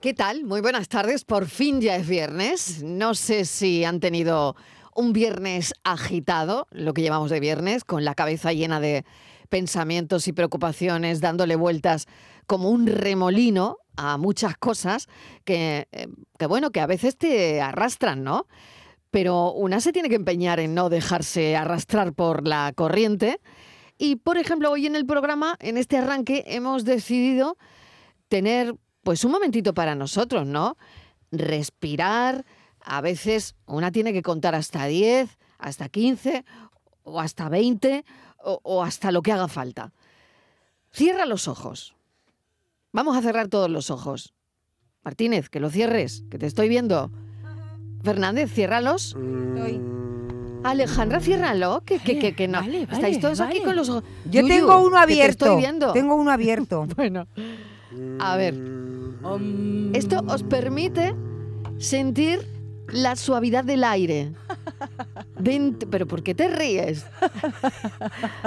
¿Qué tal? Muy buenas tardes. Por fin ya es viernes. No sé si han tenido un viernes agitado, lo que llamamos de viernes, con la cabeza llena de pensamientos y preocupaciones, dándole vueltas como un remolino a muchas cosas que, eh, que bueno, que a veces te arrastran, ¿no? Pero una se tiene que empeñar en no dejarse arrastrar por la corriente. Y, por ejemplo, hoy en el programa, en este arranque, hemos decidido tener pues un momentito para nosotros, ¿no? Respirar. A veces una tiene que contar hasta 10, hasta 15 o hasta 20 o, o hasta lo que haga falta. Cierra los ojos. Vamos a cerrar todos los ojos. Martínez, que lo cierres, que te estoy viendo. Fernández, ciérralos. Estoy. Alejandra, ciérralo, que, que, que, que no. Vale, vale, Estáis todos aquí vale. con los ojos. Yo Yuyu, tengo uno que te abierto. estoy viendo. Tengo uno abierto. Bueno, a ver, Mm. esto os permite sentir la suavidad del aire. De ent- pero ¿por qué te ríes?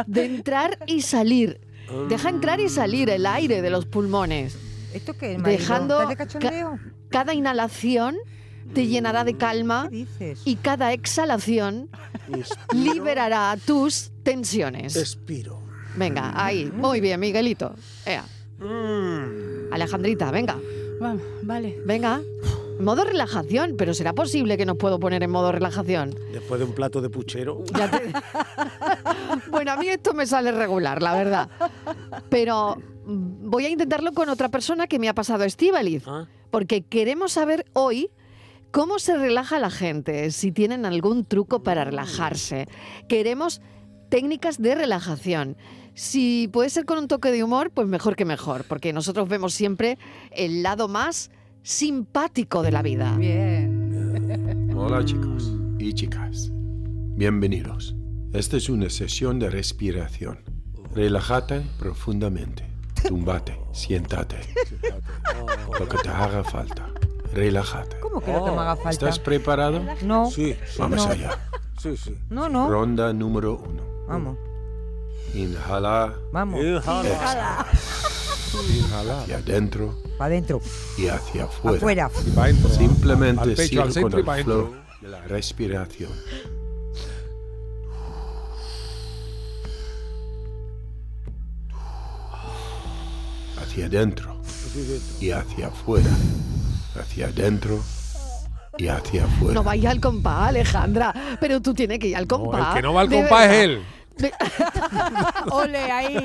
De entrar y salir. Deja entrar y salir el aire de los pulmones. ¿Esto qué es, marido? Dejando ¿Estás de cachondeo? Cada inhalación te llenará de calma ¿Qué dices? y cada exhalación liberará tus tensiones. Respiro. Venga, ahí. Muy bien, Miguelito. Ea. Alejandrita, venga. Vamos, vale. Venga. Modo relajación, pero ¿será posible que nos puedo poner en modo relajación? Después de un plato de puchero. Ya te- bueno, a mí esto me sale regular, la verdad. Pero mm, voy a intentarlo con otra persona que me ha pasado Estíbaliz, Ah. porque queremos saber hoy cómo se relaja la gente, si tienen algún truco para Mm. relajarse. Queremos técnicas de relajación. Si puede ser con un toque de humor, pues mejor que mejor, porque nosotros vemos siempre el lado más simpático de la vida. Bien. Hola chicos Mm. y chicas. Bienvenidos. Esta es una sesión de respiración. Relájate profundamente. Túmbate, siéntate, lo que te haga falta. Relájate. ¿Cómo que lo que me haga falta? Oh. ¿Estás preparado? No, Sí, Vamos No. allá. sí, sí. no, no. Ronda número uno. Vamos, Inhala, vamos. exhala. Hacia adentro Para adentro. y hacia afuera. Afuera. Simplemente pecho, al sigue con centro y el pa' flow de la respiración. Hacia adentro y hacia afuera. Hacia adentro y hacia afuera. No vaya al compás, Alejandra. Pero tú tienes que ir al compás. el que no va al de compás es verdad. él. De- Ole, ahí.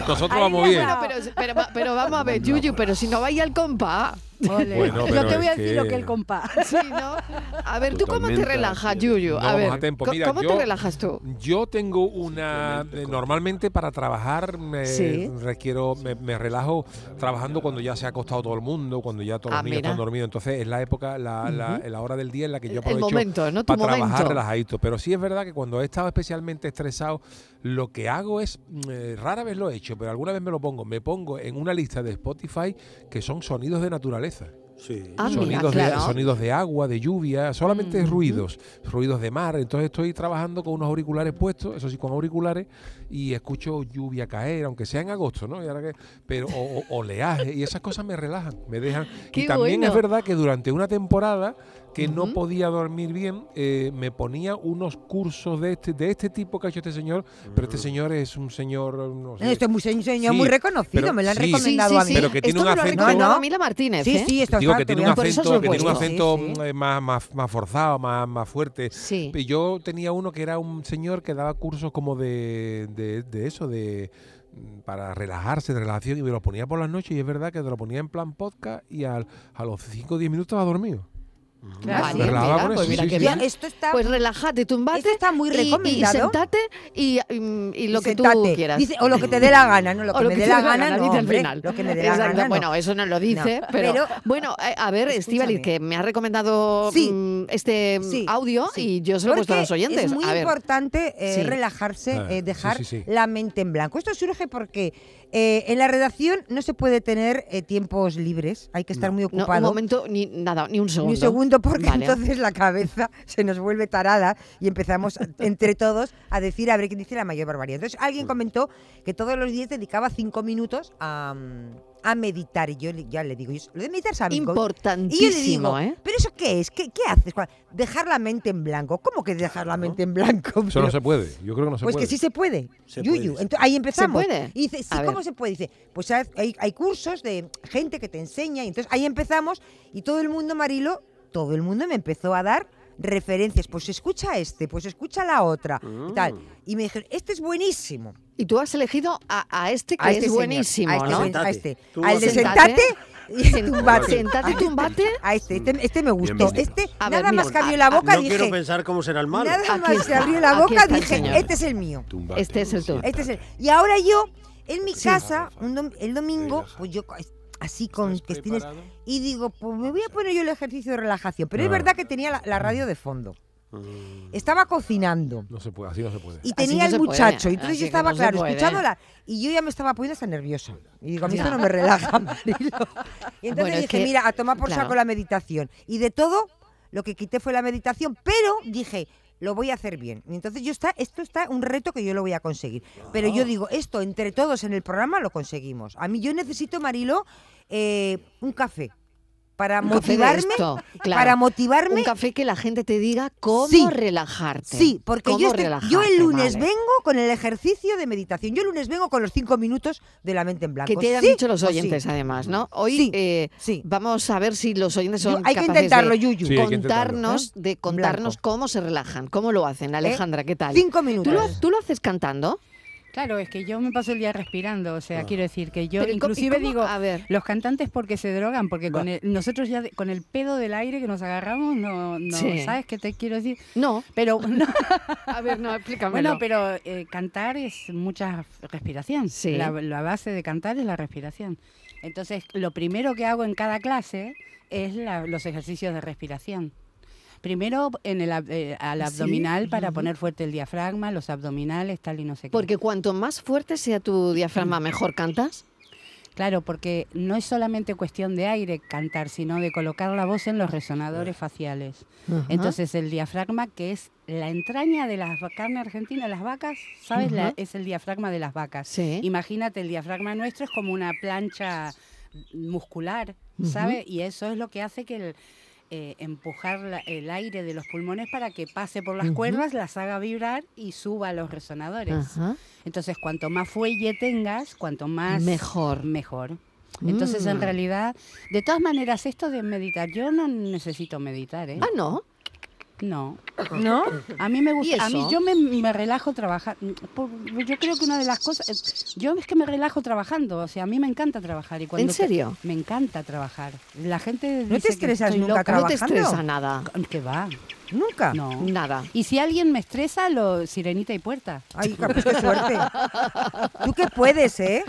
Nosotros Ahí vamos le bien. va. Bueno, pero, pero, pero vamos a ver, Yuyu, pero si no vais al compás. Ole. Bueno, Yo pero te voy a es decir que- lo que el compás. Sí, ¿no? A ver, ¿tú cómo te Totalmente relajas, así es. Yuyu? No A vamos ver, a tiempo. ¿co- Mira, ¿cómo yo- te relajas tú? Yo tengo una. eh, Normalmente para trabajar me Sí. requiero, me, me relajo trabajando cuando ya se ha acostado todo el mundo, cuando ya todos Ah, los niños mira. están dormidos. Entonces es la época, la, la- la hora del día en la que yo El aprovecho momento, ¿no? Tu para trabajar momento. relajadito. Pero sí es verdad que cuando he estado especialmente estresado, lo que hago es, mm, eh, rara vez lo he hecho, pero alguna vez me lo pongo. Me pongo en una lista de Spotify que son sonidos de naturaleza. Sí. Ah, mira, sonidos, de, claro. sonidos de agua, de lluvia, solamente ruidos, ruidos de mar. Entonces estoy trabajando con unos auriculares puestos, eso sí, con auriculares, y escucho lluvia caer, aunque sea en agosto, ¿no? Y ahora que- pero o, o- oleaje, y esas cosas me relajan, me dejan. Qué y también bueno. es verdad que durante una temporada que no podía dormir bien, eh, me ponía unos cursos de este, de este tipo que ha hecho este señor, pero este señor es un señor, no sé, Esto es muy, un señor Sí, muy reconocido, pero- me lo han sí, recomendado a mí. Pero que tiene Esto un me lo ha acento- recomendado No, no. a mí la Martínez, sí, ¿eh? sí, esto es digo que harto, tiene un vean. Por eso acento, os que tiene un lo he acento Sí, sí. eh, más, más, más forzado, más, más fuerte. Sí. Y Yo tenía uno que era un señor que daba cursos como de, de, de eso, de mm, para relajarse, de relajación, y me lo ponía por las noches, y es verdad que te lo ponía en plan podcast y al- a los 5 o 10 minutos estaba dormido. Claro, Vale, me mira, relajaba con pues eso, mira sí, qué sí, Ya, bien. Esto está... Pues relájate, tumbate. Esto está muy y- Y, recomendado. sentate y, mm, y lo que tú Sentate. quieras. Dice, o lo que te dé la gana, no lo que O me te dé la dé gana, no, dice al hombre, final. Lo que me dé la Exacto, gana, no. Bueno, eso no lo dice, No, pero, pero- bueno, eh, a ver, Estivaliz, Escúchame. que me ha recomendado Sí. mm, este mm, Sí, audio sí. y yo se lo he puesto a Porque los oyentes. Es muy a ver, importante eh, Sí. relajarse, Ah, eh, sí, dejar sí, sí. la mente en blanco. Esto surge porque eh, en la redacción no se puede tener eh, tiempos libres, hay que estar muy no, ocupado. un momento, ni nada, ni un segundo. Ni un segundo mundo porque Vale. entonces la cabeza se nos vuelve tarada y empezamos entre todos a decir a ver quién dice la mayor barbaridad. Entonces alguien comentó que todos los días dedicaba cinco minutos a, mm, a meditar y yo le- ya le digo, yo- lo de meditar es algo- Y yo le digo, Importantísimo, ¿eh? ¿pero eso qué es? ¿Qué, qué haces? Juan? Dejar la mente en blanco. ¿Cómo que dejar la mente en blanco? Eso no Pero- se puede. Yo creo que no se pues puede. que sí se puede. Se Yuyu. puede. Ento- ahí empezamos. ¿Se puede? Y dice, sí, A ver. ¿cómo se puede? Dice, pues haz- hay, hay cursos de gente que te enseña. Y entonces ahí empezamos y todo el mundo, Marilo, todo el mundo me empezó a dar referencias. Pues escucha a este, pues escucha a la otra. Ah. Y tal. Y me dijeron, este es buenísimo. Y tú has elegido a, a este que A es este señor, buenísimo, a este, ¿no? sen- a Sentate. este. Tú Al de sentate. sentate y tumbate. Sentate y tumbate. A este, este, este me gustó. Bienvenidos. Este, A ver, nada mira. más que abrió la boca, no quiero dije. pensar cómo será el malo. Nada Aquí más que está, abrió la aquí boca, está el dije, señor. este es el mío. Túmbate, Este es el tuyo. siéntate. Este es el- y ahora yo, en mi Sí. casa, Rafa. un dom- el domingo, Relaja. pues yo co- así con ¿Estás que tienes- preparado? Ah, Y digo, pues me voy a poner yo el ejercicio de relajación. Pero es Claro. verdad que tenía la, la radio de fondo. Mm. Estaba cocinando. No se puede, así no se puede. Así Y tenía no se el puede, muchacho. y entonces así yo que estaba, no se claro, puede. escuchándola. Y yo ya me estaba poniendo hasta nerviosa. Y digo, a mí esto no me relaja, Marilo. Y entonces Bueno, es dije, que- mira, a tomar por claro. saco la meditación. Y de todo, lo que quité fue la meditación. Pero dije, lo voy a hacer bien. Y entonces yo está, esto está un reto que yo lo voy a conseguir. Pero yo digo, esto entre todos en el programa lo conseguimos. A mí yo necesito, Marilo, eh, un café. Para Un café de motivarme. esto, claro. Para Un motivarme. café que la gente te diga cómo Sí. relajarte. Sí, porque yo, Cómo estoy- relajarte, yo el lunes vale. vengo con el ejercicio de meditación. Yo el lunes vengo con los cinco minutos de la mente en blanco. Que te hayan Sí dicho los o sí. oyentes, además, ¿no? Hoy Sí, eh, sí. vamos a ver si los oyentes son Yo- hay que capaces de intentarlo, Yuyu. Sí, hay que intentarlo. contarnos, de contarnos Blanco. ¿Eh? cómo se relajan, cómo lo hacen. Alejandra, ¿qué tal? Cinco ¿Tú minutos. lo, tú lo haces cantando? Claro, es que yo me paso el día respirando, o sea, quiero decir que yo Pero ¿y cómo- y inclusive cómo- digo, a ver. los cantantes porque se drogan, porque con el- nosotros ya de- con el pedo del aire que nos agarramos, no, no Sí. ¿sabes qué te quiero decir? No. Pero no. A ver, no, explícamelo. bueno, pero eh, cantar es mucha respiración. Sí. La, la base de cantar es la respiración. Entonces, lo primero que hago en cada clase es la- los ejercicios de respiración. Primero en el ab- eh, al abdominal para poner fuerte el diafragma, los abdominales, tal y no sé qué. Porque cuanto más fuerte sea tu diafragma, mejor cantas. Claro, porque no es solamente cuestión de aire cantar, sino de colocar la voz en los resonadores faciales. Entonces el diafragma, que es la entraña de la carne argentina, las vacas, ¿sabes? La- Ajá. es el diafragma de las vacas. Sí. Imagínate, el diafragma nuestro es como una plancha muscular, ¿sabes? Y eso es lo que hace que el... eh, empujar la- el aire de los pulmones para que pase por las Ujú. cuerdas, las haga vibrar y suba a los resonadores. Ajá. Entonces, cuanto más fuelle tengas, cuanto más... Mejor. Mejor. Entonces, en Mm. realidad, de todas maneras, esto de meditar, yo no necesito meditar, ¿eh? Ah, no. No. ¿No? A mí me ¿Y gusta, a mí eso? yo me, me relajo trabajando. Yo creo que una de las cosas, eh, yo es que me relajo trabajando, o sea, a mí me encanta trabajar. Y cuando ¿En serio? Me encanta trabajar. La gente... ¿No te dice que estresas estoy nunca loca. No te ¿Trabajando? estresa nada. ¿Qué va? Nunca. No. Nada. Y si alguien me estresa, lo sirenita y puerta. Ay, hija, pues qué suerte. Tú que puedes, ¿eh?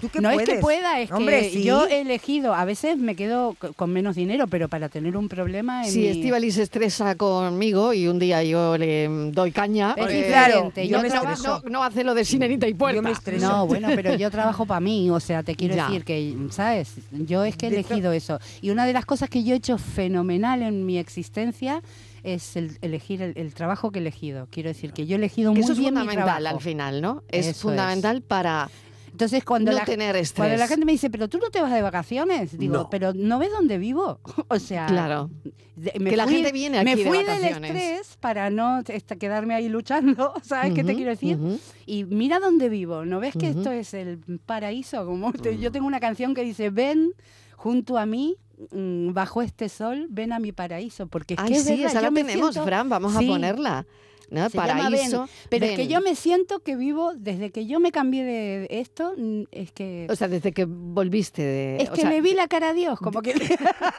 Tú que no puedes. es que pueda, es Hombre, que sí. yo he elegido, a veces me quedo c- con menos dinero, pero para tener un problema en Si mi- Estivali se estresa conmigo y un día yo le mm, doy caña, Es eh, claro, diferente, yo yo me traba- no, estreso. no- no hace lo de sirenita y puerta. Yo me estreso. No, bueno, pero yo trabajo para mí, o sea, te quiero Ya. decir que, ¿sabes? Yo es que he De to- elegido eso. Y una de las cosas que yo he hecho fenomenal en mi existencia es el- elegir el, el trabajo que he elegido. Quiero decir que yo he elegido Que muy eso es bien mi fundamental trabajo. al final, ¿no? Es Eso es. fundamental para Entonces, cuando, no la, tener estrés. cuando la gente me dice, pero tú no te vas de vacaciones, digo, No. pero ¿no ves dónde vivo? o sea, Claro. De- me Que la fui- gente viene Me aquí de fui del vacaciones. estrés para no est- quedarme ahí luchando, ¿sabes qué te Ujú, quiero decir? ujú. Y mira dónde vivo, ¿no ves que Ujú. esto es el paraíso? Como te- yo tengo una canción que dice, ven junto a mí, mm, bajo este sol, ven a mi paraíso, porque es Ay, que es sí, verdad, esa la yo me tenemos, siento- Fran, vamos Sí, a ponerla. ¿no? se llama Ven, Paraíso. Pero es que Ven. yo me siento que vivo desde que yo me cambié de esto, mm, es que O sea, desde que volviste de. es o que sea, le vi la cara a Dios, como que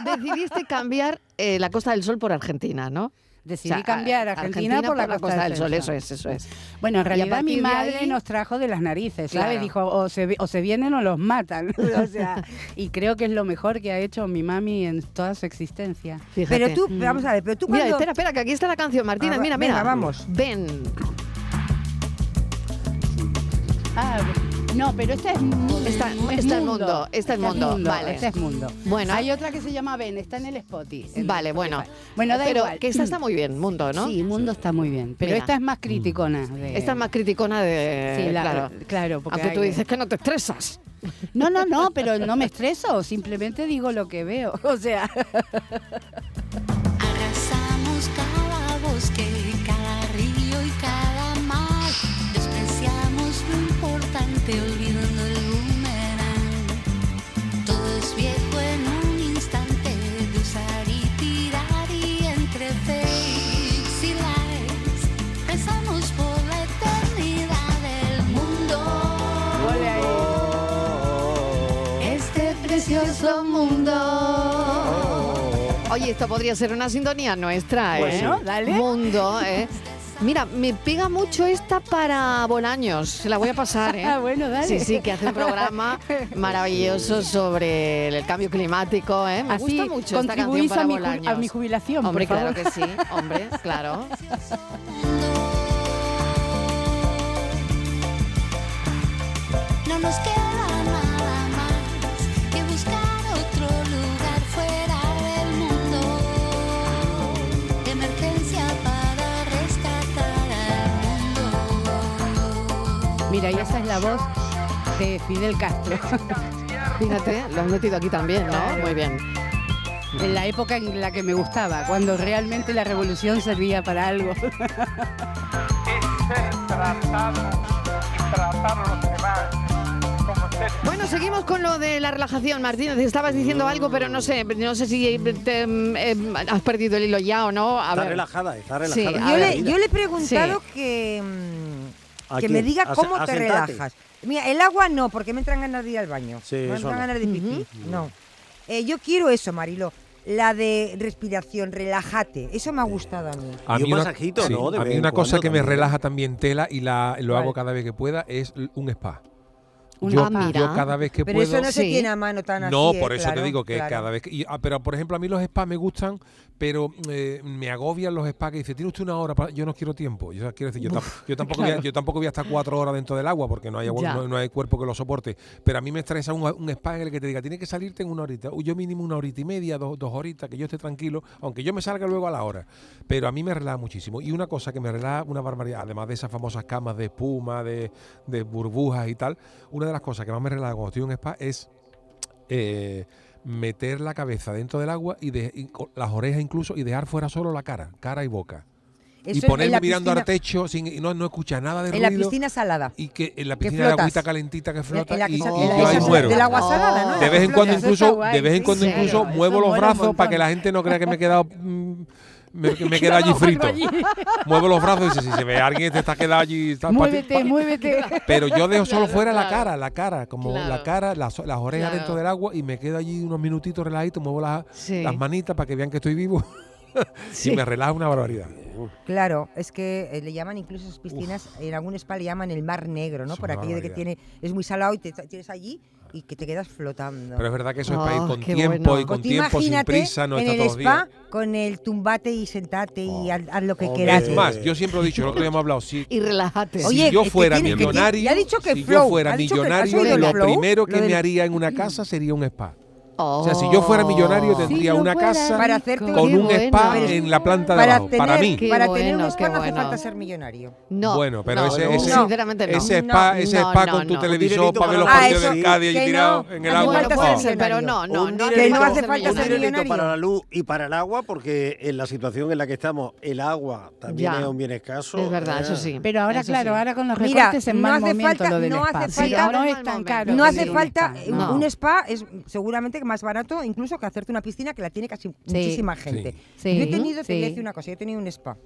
Decidiste cambiar eh, la Costa del Sol por Argentina, ¿no? decidí O sea, cambiar a Argentina, por la, costa, del sol. Eso es, eso es. Bueno, Y en a realidad partir mi de madre ahí- nos trajo de las narices, ¿sabes? Claro. Dijo, o se, vi- o se vienen o los matan. o sea, y creo que es lo mejor que ha hecho mi mami en toda su existencia. Fíjate. Mm. Pero tú, vamos a ver, pero tú Mira, cuando... espera, espera, que aquí está la canción, Martina. Ah, va- mira, mira. venga, vamos. Ven. Ah, No, pero esta es, mu- Esta- es esta es mundo, esta es mundo, vale. Esta es mundo. Bueno. Hay otra que se llama Ben, está en el Spotify. en el Vale, Spotify. bueno. Bueno, da Pero igual. que esta está muy bien, mundo, ¿no? Sí, mundo está muy bien. Pero Mira. esta es más criticona. de- Esta es más criticona de... Sí, la- claro. claro, porque Aunque tú hay- dices que no te estresas. No, no, no, pero no me estreso, simplemente digo lo que veo. O sea, Arrasamos cada bosque, cada río y cada mar. Despreciamos lo importante, olvidando el boomerang. Todo es viejo en un instante de usar y tirar y entre fakes y likes. Rezamos por la eternidad del mundo. Este precioso mundo. Oye, esto podría ser una sintonía nuestra, ¿eh? Bueno, dale. Mundo, ¿eh? Mira, me pega mucho esta para Bolaños. Se la voy a pasar, ¿eh? Ah, bueno, dale. Sí, sí, que hace un programa maravilloso sobre el cambio climático, ¿eh? Me así gusta mucho esta canción contribuís para a mi, ju- Bolaños. a mi jubilación, Hombre, por claro favor. que sí, hombre, claro. No nos queda nada más que buscar otro lugar fuera del mundo. Emergencia para rescatar al mundo. Mira, y esa es la voz de Fidel Castro, Fíjate, lo has metido aquí también, ¿no? Muy bien. en la época en la que me gustaba, cuando realmente la revolución servía para algo. Bueno, seguimos con lo de la relajación, Martínez. Estabas diciendo algo, pero no sé, no sé si te, mm, eh, has perdido el hilo ya o no. A Está ver. relajada, está Sí, relajada. a Mira, Yo ver, le, mira. yo le he preguntado que, mm, ¿A que quién? me diga A- cómo a te sentate. relajas. Mira, el agua no, porque me entran ganas de ir al baño. Sí, me eso entran no. ganas de pipí. No. Eh, yo quiero eso, Marilo. La de respiración, relájate. Eso me ha gustado a mí. Y un masajito, ¿no? De a vez mí en una cosa cuando que me también. relaja también tela y la, lo hago ¿Cuál? cada vez que pueda es l- un spa. Un yo, spa. yo Mira. cada vez que Pero puedo. eso no se sí. tiene a mano tan así. No, ¿eh? por eso Claro, te digo que claro. cada vez que... y- ah, pero, por ejemplo, a mí los spas me gustan, pero eh, me agobian los spas que dice, tiene usted una hora, para-". yo no quiero tiempo. Yo, quiero decir, yo, tam- yo tampoco voy a, yo tampoco voy a estar cuatro horas dentro del agua porque no hay, agua- Ya. no, no hay cuerpo que lo soporte. Pero a mí me estresa un, un spa en el que te diga, tiene que salirte en una horita. Uy, Yo mínimo una horita y media, dos, dos horitas, que yo esté tranquilo, aunque yo me salga luego a la hora. Pero a mí me relaja muchísimo. Y una cosa que me relaja, una barbaridad, además de esas famosas camas de espuma, de, de burbujas y tal, una de las cosas que más me relaja cuando estoy en un spa es eh, meter la cabeza dentro del agua y, de, y co- las orejas incluso y dejar fuera solo la cara, cara y boca. Eso y en ponerme la mirando al piscina- techo sin y no, no escuchar nada de En Ah, ruido. la piscina salada. y que en la que piscina de la flotas. agüita calentita que flota en la, y, que sa- y en la yo que ahí sa- muero. Del agua salada, ¿no? Oh. De vez en cuando Eso está incluso, guay, de vez en sí, cuando sí. incluso Eso muevo los mola un brazos montón. para que la gente no crea que me he quedado mm, me, que me he quedado allí Clavado frito. allí. Muevo los brazos y dice, si se ve alguien te está quedado allí. está- muévete, pa- muévete. pero yo dejo solo Claro, fuera la claro. cara, la cara, como Claro. la cara, las, las orejas Claro. dentro del agua y me quedo allí unos minutitos relajadito, muevo las, Sí. las manitas para que vean que estoy vivo y me relaja una barbaridad. Claro, es que eh, le llaman incluso esas piscinas, en algún spa le llaman el mar negro, ¿no? Es Por una aquello de que tiene, barbaridad. es muy salado y te ta- tienes allí y que te quedas flotando. Pero es verdad que eso es para ir Oh, con qué tiempo bueno. y Pues con tú tiempo, sin imagínate prisa, no en está el todos los días. Oh, spa con el tumbate y sentate y haz, haz lo que Hombre. quieras. Es más, yo siempre lo he dicho, el otro día hemos hablado, sí. Y relájate. Oye, si yo que fuera tiene- que tiene- millonario, ya ha dicho que si flow, yo fuera ha dicho que- ¿has millonario, oído el lo flow? primero que Lo del- Oh. me haría en una casa sería un spa. O sea, si yo fuera millonario, tendría... tendría lo una fuera casa Para hacerte Qué con un bueno. spa Pero- en la planta de para abajo, tener, para mí. Qué para tener bueno, un spa qué no hace bueno. falta ser millonario. No, bueno, pero no, ese, no, ese, sinceramente no. ese spa, No, ese no, spa no, con tu no. televisor Un para ver los dinerito partidos para- Ah, del Cádiz eso, que allí tirado no. en el Bueno, agua. Bueno, falta puede ser ser, pero no, no, Un no. que no dinerito- hace falta un ser dinerito millonario. para la luz y para el agua, porque en la situación en la que estamos, el agua también Ya. es un bien escaso. Es verdad, Eh, eso sí. Pero ahora, Eso claro, sí. ahora con los Mira, recortes en no mal hace momento falta- lo del no hace spa. falta- Sí, ahora no es tan momento. caro. No que hace tener un falta spa, eh, ¿no? un spa es mm, seguramente que más barato incluso que hacerte una piscina que la tiene casi muchísima gente. sí, yo he tenido, te voy a sí. decir una cosa, yo he tenido un spa.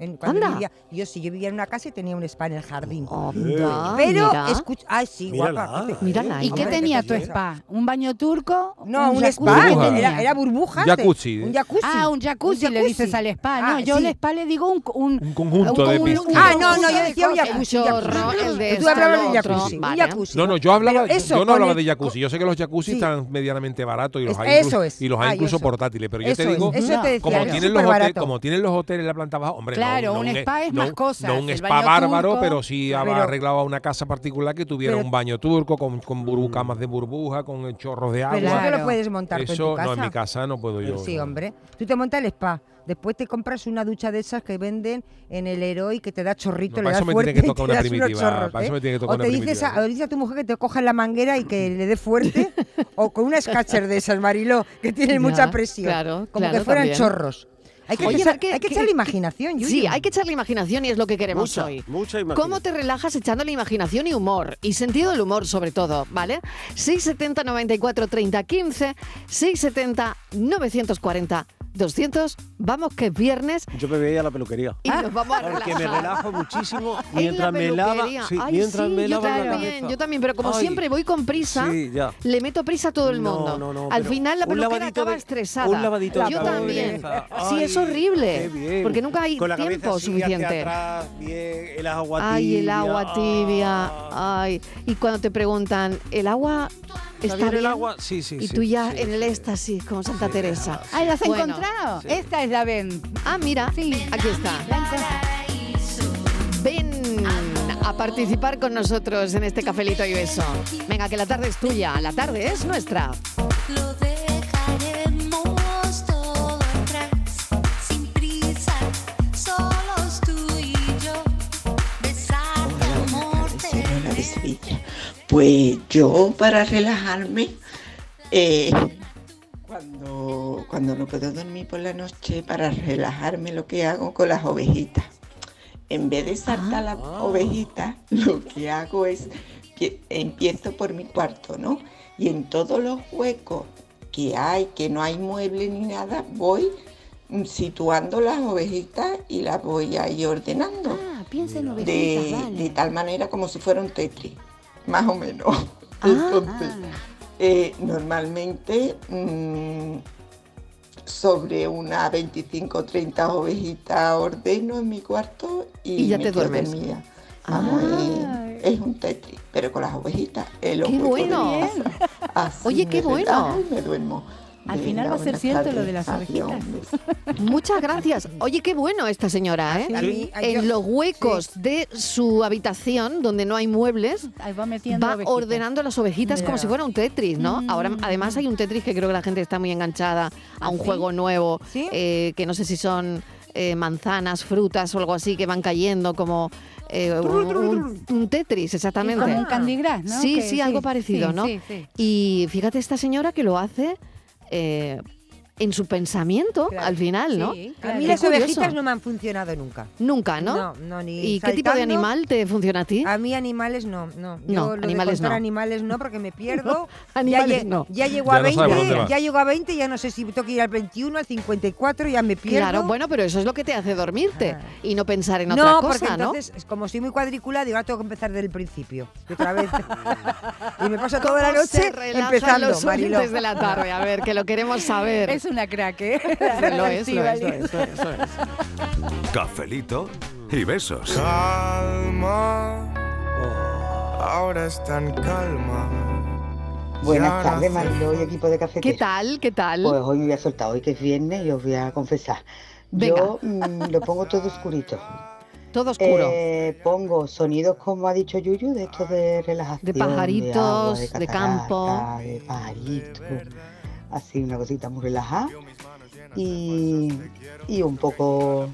En- cuando Anda. vivía- yo sí, yo vivía en una casa y tenía un spa en el jardín. Onda, Pero mira. escucha, ay sí, Mírala, guapa. ¿eh? Mírala, ¿Y qué Hombre, tenía que tu te spa? ¿Un baño turco? No, un, jacuzzi? spa, Burbuja. que era, tenía? era burbujas. Jacuzzi. ¿eh? Un jacuzzi. Ah, un jacuzzi, le dices al spa. No, Ah, yo sí. al spa le digo un... un- Un conjunto de un- piscinas. un- Ah, no, no, yo de decía un cosas. jacuzzi. un chorro, jacuzzi. el de Tú este, esto, hablabas lo del otro, jacuzzi. Un vale. jacuzzi. No, no, yo hablaba, Pero eso, yo no con hablaba el- de jacuzzi. Yo sé que los jacuzzi Sí. están medianamente baratos y los Es- hay eso incluso, es. y los hay Ah, incluso eso. portátiles, pero yo Eso te digo, es, eso te decía, como es tienen los hoteles, superbarato. como tienen los hoteles en la planta baja, hombre, Claro, un spa es más un- cosas, No un el spa baño bárbaro, turco, pero sí ha- pero- arreglaba una casa particular que tuviera pero- un baño turco con, con burbu- camas de burbuja, con eh, chorros de agua. Pero eso te Claro. lo puedes montar tú en tu Eso, casa. no, en mi casa no puedo yo. Sí, no. hombre. Tú te montas el spa. Después te compras una ducha de esas que venden en el Heroi que te da chorrito, No, le para das eso me fuerte tiene que y tocar te una das unos primitiva, chorros, para eso ¿eh? me tiene que O tocar te una dices a, primitiva. o dices a tu mujer que te coja la manguera y que le dé fuerte o con una escácher de esas, Mariló, que tienen Ya, mucha presión. claro, como claro, que fueran también. chorros. Hay que, Oye, echar, ¿qué- hay que qué- echarle qué- imaginación, Yuyu. Sí, hay que echarle imaginación y es lo que queremos Mucha, hoy. mucha imaginación. ¿Cómo te relajas echándole imaginación y humor? Y sentido del humor, sobre todo, ¿vale? 670 94 30 15, 670 940 200. Vamos que es viernes Yo me veía a la peluquería. y nos vamos a Porque relajar. me relajo En muchísimo la mientras me lava. peluquería. sí, Ay, mientras sí, me yo lava la también, cabeza. yo también, pero como Ay, siempre voy con prisa, sí, ya. le meto prisa a todo el No, mundo. no, no, Al pero final la un peluquera lavadito acaba de- estresada. un lavadito de yo cabeza. también. Sí, Ay, es horrible, qué bien. porque nunca hay Con la cabeza tiempo así hacia suficiente. atrás, bien, el agua tibia. Ay, el agua tibia. Ay, y cuando te preguntan, ¿el agua está bien bien? el agua? Sí, sí, Y sí, tú ya sí, en el sí. éxtasis, como Santa Teresa. Ay, ¿las has Bueno, encontrado? sí. Esta es la Ben. Ah, mira, aquí está. Ven a participar con nosotros en este cafelito y beso. Venga, que la tarde es tuya, la tarde es nuestra. Lo dejaremos todo atrás, sin prisa, solos tú y yo. Besarte, amor, tener Pues yo para relajarme, eh, cuando, cuando no puedo dormir por la noche, para relajarme lo que hago con las ovejitas. En vez de saltar las ovejitas, lo que hago es que empiezo por mi cuarto, ¿no? Y en todos los huecos que hay, que no hay mueble ni nada, voy mm, situando las ovejitas y las voy ahí ordenando Ah, piensa en de, ovejitas, vale. de tal manera como si fuera un Tetris, más o menos. Ah, Entonces, eh, normalmente mm, sobre una 25 o 30 ovejitas ordeno en mi cuarto y, Y ya me te quedo duermes. Ah. dormida. Vamos, eh, Ay. es un Tetris, pero con las ovejitas. el ¡Qué ojo de mi bueno! casa. Así Oye, me qué bueno. relajo y me duermo. Al final va a ser buenas cierto lo tardes. de las Adiós, ovejitas. un beso. Muchas gracias. Oye, qué bueno esta señora, Ah, ¿eh? A mí- a yo- En los huecos de su habitación, donde no hay muebles, Ahí va metiendo Mm. va ovejitas. ordenando las ovejitas como Claro. si fuera un Tetris, ¿no? Ahora, además hay un Tetris que creo que la gente está muy enganchada a ¿Ah, un juego nuevo, ¿Sí? eh, que no sé si son eh, manzanas, frutas o algo así que van cayendo como eh, un, un Tetris, Es exactamente. como un Candy Crush, ¿no? Sí, Que- sí, algo parecido, sí, ¿no? Sí, sí. Y fíjate esta señora que lo hace eh, en su pensamiento Claro. al final, ¿no? Sí, Ah, A claro. mí Qué las curioso. ovejitas no me han funcionado nunca. Nunca, ¿no? No, no, ni ¿Y qué tipo de saltando. animal te funciona a ti? A mí animales no, no. Yo No, lo de animales contar no. animales no porque me pierdo. animales ya, lle- no. ya llego Ya a no sabes 20, dónde vas. ya llego a 20, ya no sé si tengo que ir al 21, al 54, ya me pierdo. Claro, bueno, pero eso es lo que te hace dormirte Claro. y no pensar en Ah. no, otra porque cosa, ¿no? entonces, es como soy muy cuadriculada, digo, ahora tengo que empezar desde el principio. Y otra vez. y me paso toda la ¿Cómo noche se relajan empezando, los Mariló. oyentes de la tarde, a ver, que lo queremos saber. Es una crack, ¿eh? Lo es, lo es, lo Estivali. es, lo es, lo es. Cafelito y besos. Calma, ahora está en calma. Buenas tardes, Mariló y equipo de Café ¿Qué tal? ¿Qué tal? Pues hoy me voy a soltar, hoy que es viernes y os voy a confesar. Yo mm, lo pongo todo oscurito. Todo oscuro. Eh, pongo sonidos, como ha dicho Yuyu, de estos de relajación. De pajaritos, agua, de campo. catarata, De pajaritos. Así, una cosita muy relajada. Y, y un poco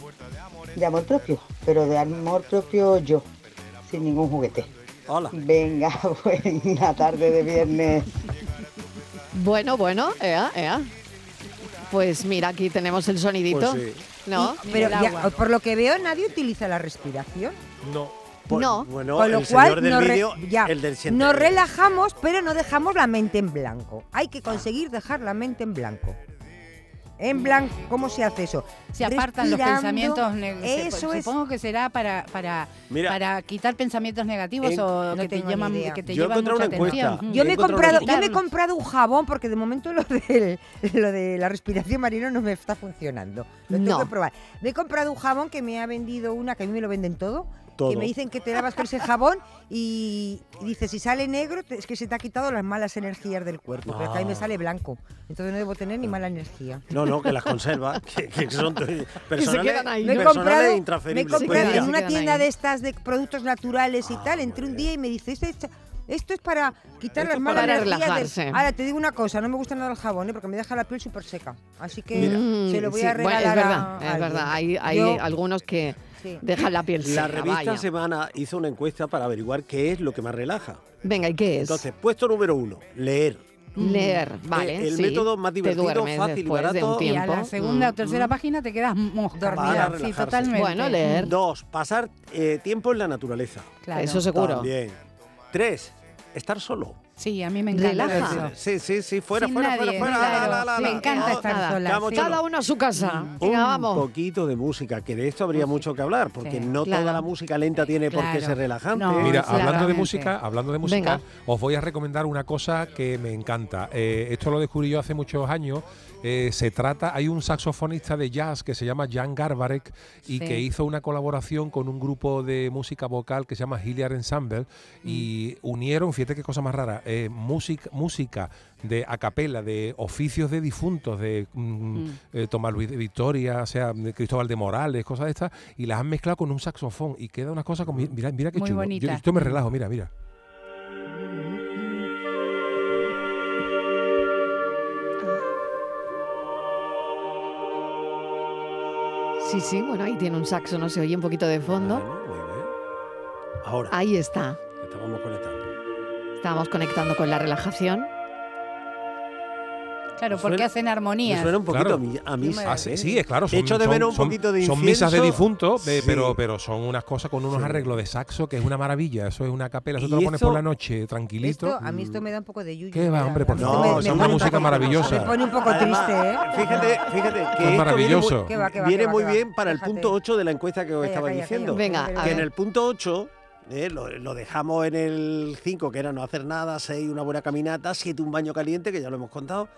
de amor propio, pero de amor propio yo, sin ningún juguete. Hola. Venga, buena tarde de viernes. Bueno, bueno, ea, ea. Pues mira, aquí tenemos el sonidito. Pues sí. ¿No? Y- pero ya, por lo que veo, nadie utiliza la respiración. No. Pues, No. Bueno, Con lo el cual señor del nos, re- vídeo, ya, el del siente- nos relajamos, pero no dejamos la mente en blanco. Hay que conseguir dejar la mente en blanco. En blanco, ¿cómo se hace eso? Se apartan los Respirando, pensamientos negativos. Eso es. Supongo que será para, para, Mira. para quitar pensamientos negativos En- o No que, te tengo ni llaman, idea. que te Yo he llevan encontrado mucha una encuesta. atención. Mm. Yo me, he Encuentro comprado, los yo me he comprado un jabón porque de momento lo, del- lo de la respiración marino no me está funcionando. Lo tengo No. que probar. Me he comprado un jabón que me ha vendido una, que a mí me lo venden todo. Todo. que me dicen que te lavas con ese jabón y, y dices, si sale negro, te- es que se te ha quitado las malas energías del cuerpo. Pero es que a mí me Ah. sale blanco. Entonces no debo tener ni mala energía. No, no, que las conservas, que, que son personales, quedan ahí. Me he personales comprado, e me he intransferibles. comprado Pues en mira, una tienda ahí. de estas de productos naturales y tal, entré un día y me dice, esto, esto- esto es para quitar Esto las es malas para energías. del-". relajarse. Ahora, te digo una cosa, no me gusta nada el jabón, ¿eh? porque me deja la piel súper seca. Así que Mm, se lo voy sí, a bueno, regalar es verdad, a- a es alguien. verdad. Hay, hay Yo- algunos que Sí. dejan la piel seca. La revista vaya. Semana hizo una encuesta para averiguar qué es lo que más relaja. Venga, ¿y qué es? Entonces, puesto número uno, leer. Leer, vale. Eh, el sí. método más divertido, te duermes fácil y después de un barato. Y tiempo. a la segunda o Mm, tercera página te quedas mosca. Para mira, sí, relajarse. totalmente. Bueno, leer. Dos, pasar eh, tiempo en la naturaleza. Claro. Eso seguro. También. Tres, estar solo. Sí, a mí me encanta. Relaja. eso. Sí, sí, sí, fuera, Sin fuera, nadie, fuera, fuera. la, claro. la, la, Me la. encanta No, estar nada. sola, estamos sí. chulos. Cada uno a su casa. Un Venga, vamos. poquito de música, que de esto habría mucho que hablar, porque Sí, Eh, no claro. toda la música lenta tiene por qué Claro. ser relajante. No, Mira, Claramente. hablando de música, hablando de música, Venga. os voy a recomendar una cosa que me encanta. Eh, esto lo descubrí yo hace muchos años. Eh, se trata, hay un saxofonista de jazz que se llama Jan Garbarek Sí. y que hizo una colaboración con un grupo de música vocal que se llama Hilliard Ensemble y Mm. unieron, fíjate qué cosa más rara, eh, música, música de a capela, de oficios de difuntos, de mm, eh, Tomás Luis de Victoria, o sea, de Cristóbal de Morales, cosas de estas, y las han mezclado con un saxofón y queda una cosa como, Mm. mira, mira qué Muy chulo. Yo- bonita. esto me relajo, mira, mira. Sí, sí, bueno, ahí tiene un saxo, no se oye un poquito de fondo. Bueno, muy bien. Ahora, Ahí está. estábamos conectando. Estábamos conectando con la relajación. Claro, Me porque suena- hacen Me armonías. suena un poquito Claro. a, mi- a misa. Ah, sí, sí, es claro. Son, Echo de son- menos un son- poquito de Son misas de incienso. difunto, eh, Sí. pero, pero son unas cosas con unos Sí. arreglos de saxo que es una maravilla. Eso es una capela. Eso Y te lo pones esto- por la noche, tranquilito. Esto, a mí esto Mm. me da un poco de yuyu. ¿Qué va, mira, hombre, por esto favor? me- Esa me es pone una un música poco- maravillosa. Me pone un poco Además, triste, ¿eh? Fíjate, fíjate que es esto maravilloso. viene muy, Que va, que va, viene que va, muy que va. bien para el Fíjate. punto 8 de la encuesta que os Calla, estaba calla, calla. diciendo. Venga, a que en ver. el punto 8 eh, lo, lo dejamos en el 5, que era no hacer nada, 6, una buena caminata, 7, un baño caliente, que ya lo hemos contado,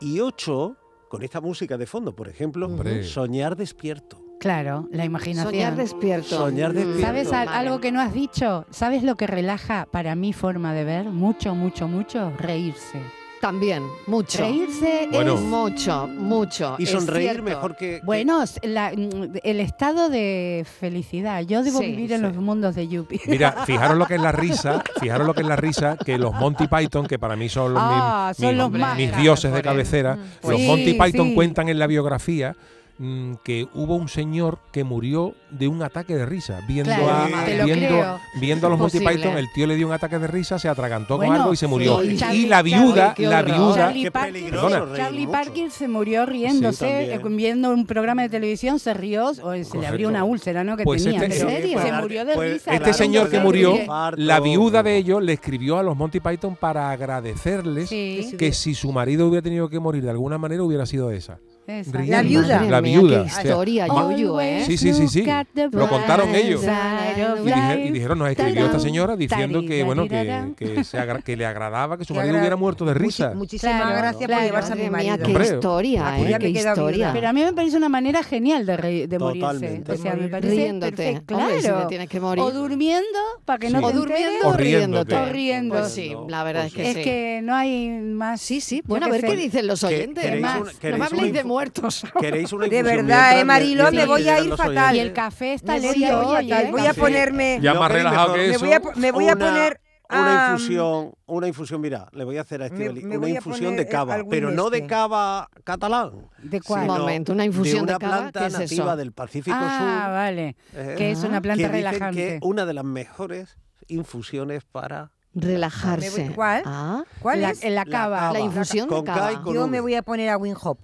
y 8, con esta música de fondo, por ejemplo, Hombre. soñar despierto. Claro, la imaginación. Soñar despierto. Soñar Mm. despierto. ¿Sabes al- Vale. algo que no has dicho? ¿Sabes lo que relaja para mi forma de ver? Mucho, mucho, mucho. Reírse. También, mucho. Reírse Bueno. es... Mucho, mucho. Y es sonreír cierto. mejor que... que- Bueno, s- la- mm, el estado de felicidad. Yo debo Sí, vivir en sí. los mundos de Yuppie. Mira, fijaros lo que es la risa, fijaros lo que es la risa, que los Monty Python, que para mí son los, Ah, mis, son mis- los mis más caros, dioses de por cabecera, Mm, los pues Monty sí, Python sí. cuentan en la biografía mm, que hubo un señor que murió de un ataque de risa. Viendo, Claro, a, te lo viendo, creo. viendo a los Monty Imposible. Python, el tío le dio un ataque de risa, se atragantó con Bueno, algo y se murió. sí, y Charlie- la viuda, Charlie, qué la horror. viuda, Qué Charlie, Parker, peligroso se- reír Charlie mucho. Parker se murió riéndose, eh, también. viendo un programa de televisión, se rió, o se le abrió Correcto. una úlcera, ¿no? Que Pues tenía. este- pero ¿En serio? Se murió de Pues, risa. Este Claro, señor que claro, murió, sí. la viuda de Parto. ellos le escribió a los Monty Python para agradecerles Sí, que si su marido hubiera tenido que morir de alguna manera hubiera sido esa. esa. Riendo. La viuda. Madre La mía, viuda. Qué Sí. historia, Yuyu, ¿eh? Sí, sí, sí, sí. Lo contaron ellos. Y, dije- y dijeron, nos escribió esta Tarán, señora diciendo que bueno que, tarirararán. que se agra- que le agradaba que su Que marido agra- hubiera muerto de risa. Muchi- Muchísimas Claro, gracias claro. por llevarse a mi Madre marido. mía, qué Hombre, historia, aquí ¿eh? ya Qué me he quedado historia. viuda. Pero a mí me parece una manera genial de, reír- de morirse. Totalmente. O sea, me parece riéndote. perfecto, Hombre, si te claro. tienes que morir. O durmiendo, para que Sí. no te O enteres. durmiendo O o riéndote. riéndote. O riendo. Pues sí, la verdad es que Es sí. que no hay más. Sí, sí. yo Bueno, a ver qué sé. dicen los oyentes. queréis Más, una- no queréis me una habléis de info- muertos. ¿Queréis una De infusión verdad, mientras eh, le- Mariló, mientras me voy le a llegan ir los fatal. oyentes? Y el café está Me voy lento a- hoy, ¿eh? Voy a Sí. ponerme... Ya Lo más que es relajado mejor. que Me eso. voy a, po- me voy a Una- poner... Una am, infusión, una infusión, mira, le voy a hacer a Me- este Beli- me una voy a infusión poner de cava, algún pero no de este. cava catalán. ¿De cuál? Un sino momento, una infusión de una cava, planta ¿qué es eso? Ah. nativa del Pacífico Ah, Sur. vale. eh, Que es una que planta dicen que relajante. es una de las mejores infusiones para Relajarse. Me voy- ¿cuál? Ah, ¿Cuál La- es? en la cava. La infusión de con K y cava. con Yo V. me voy a poner a Win Hop.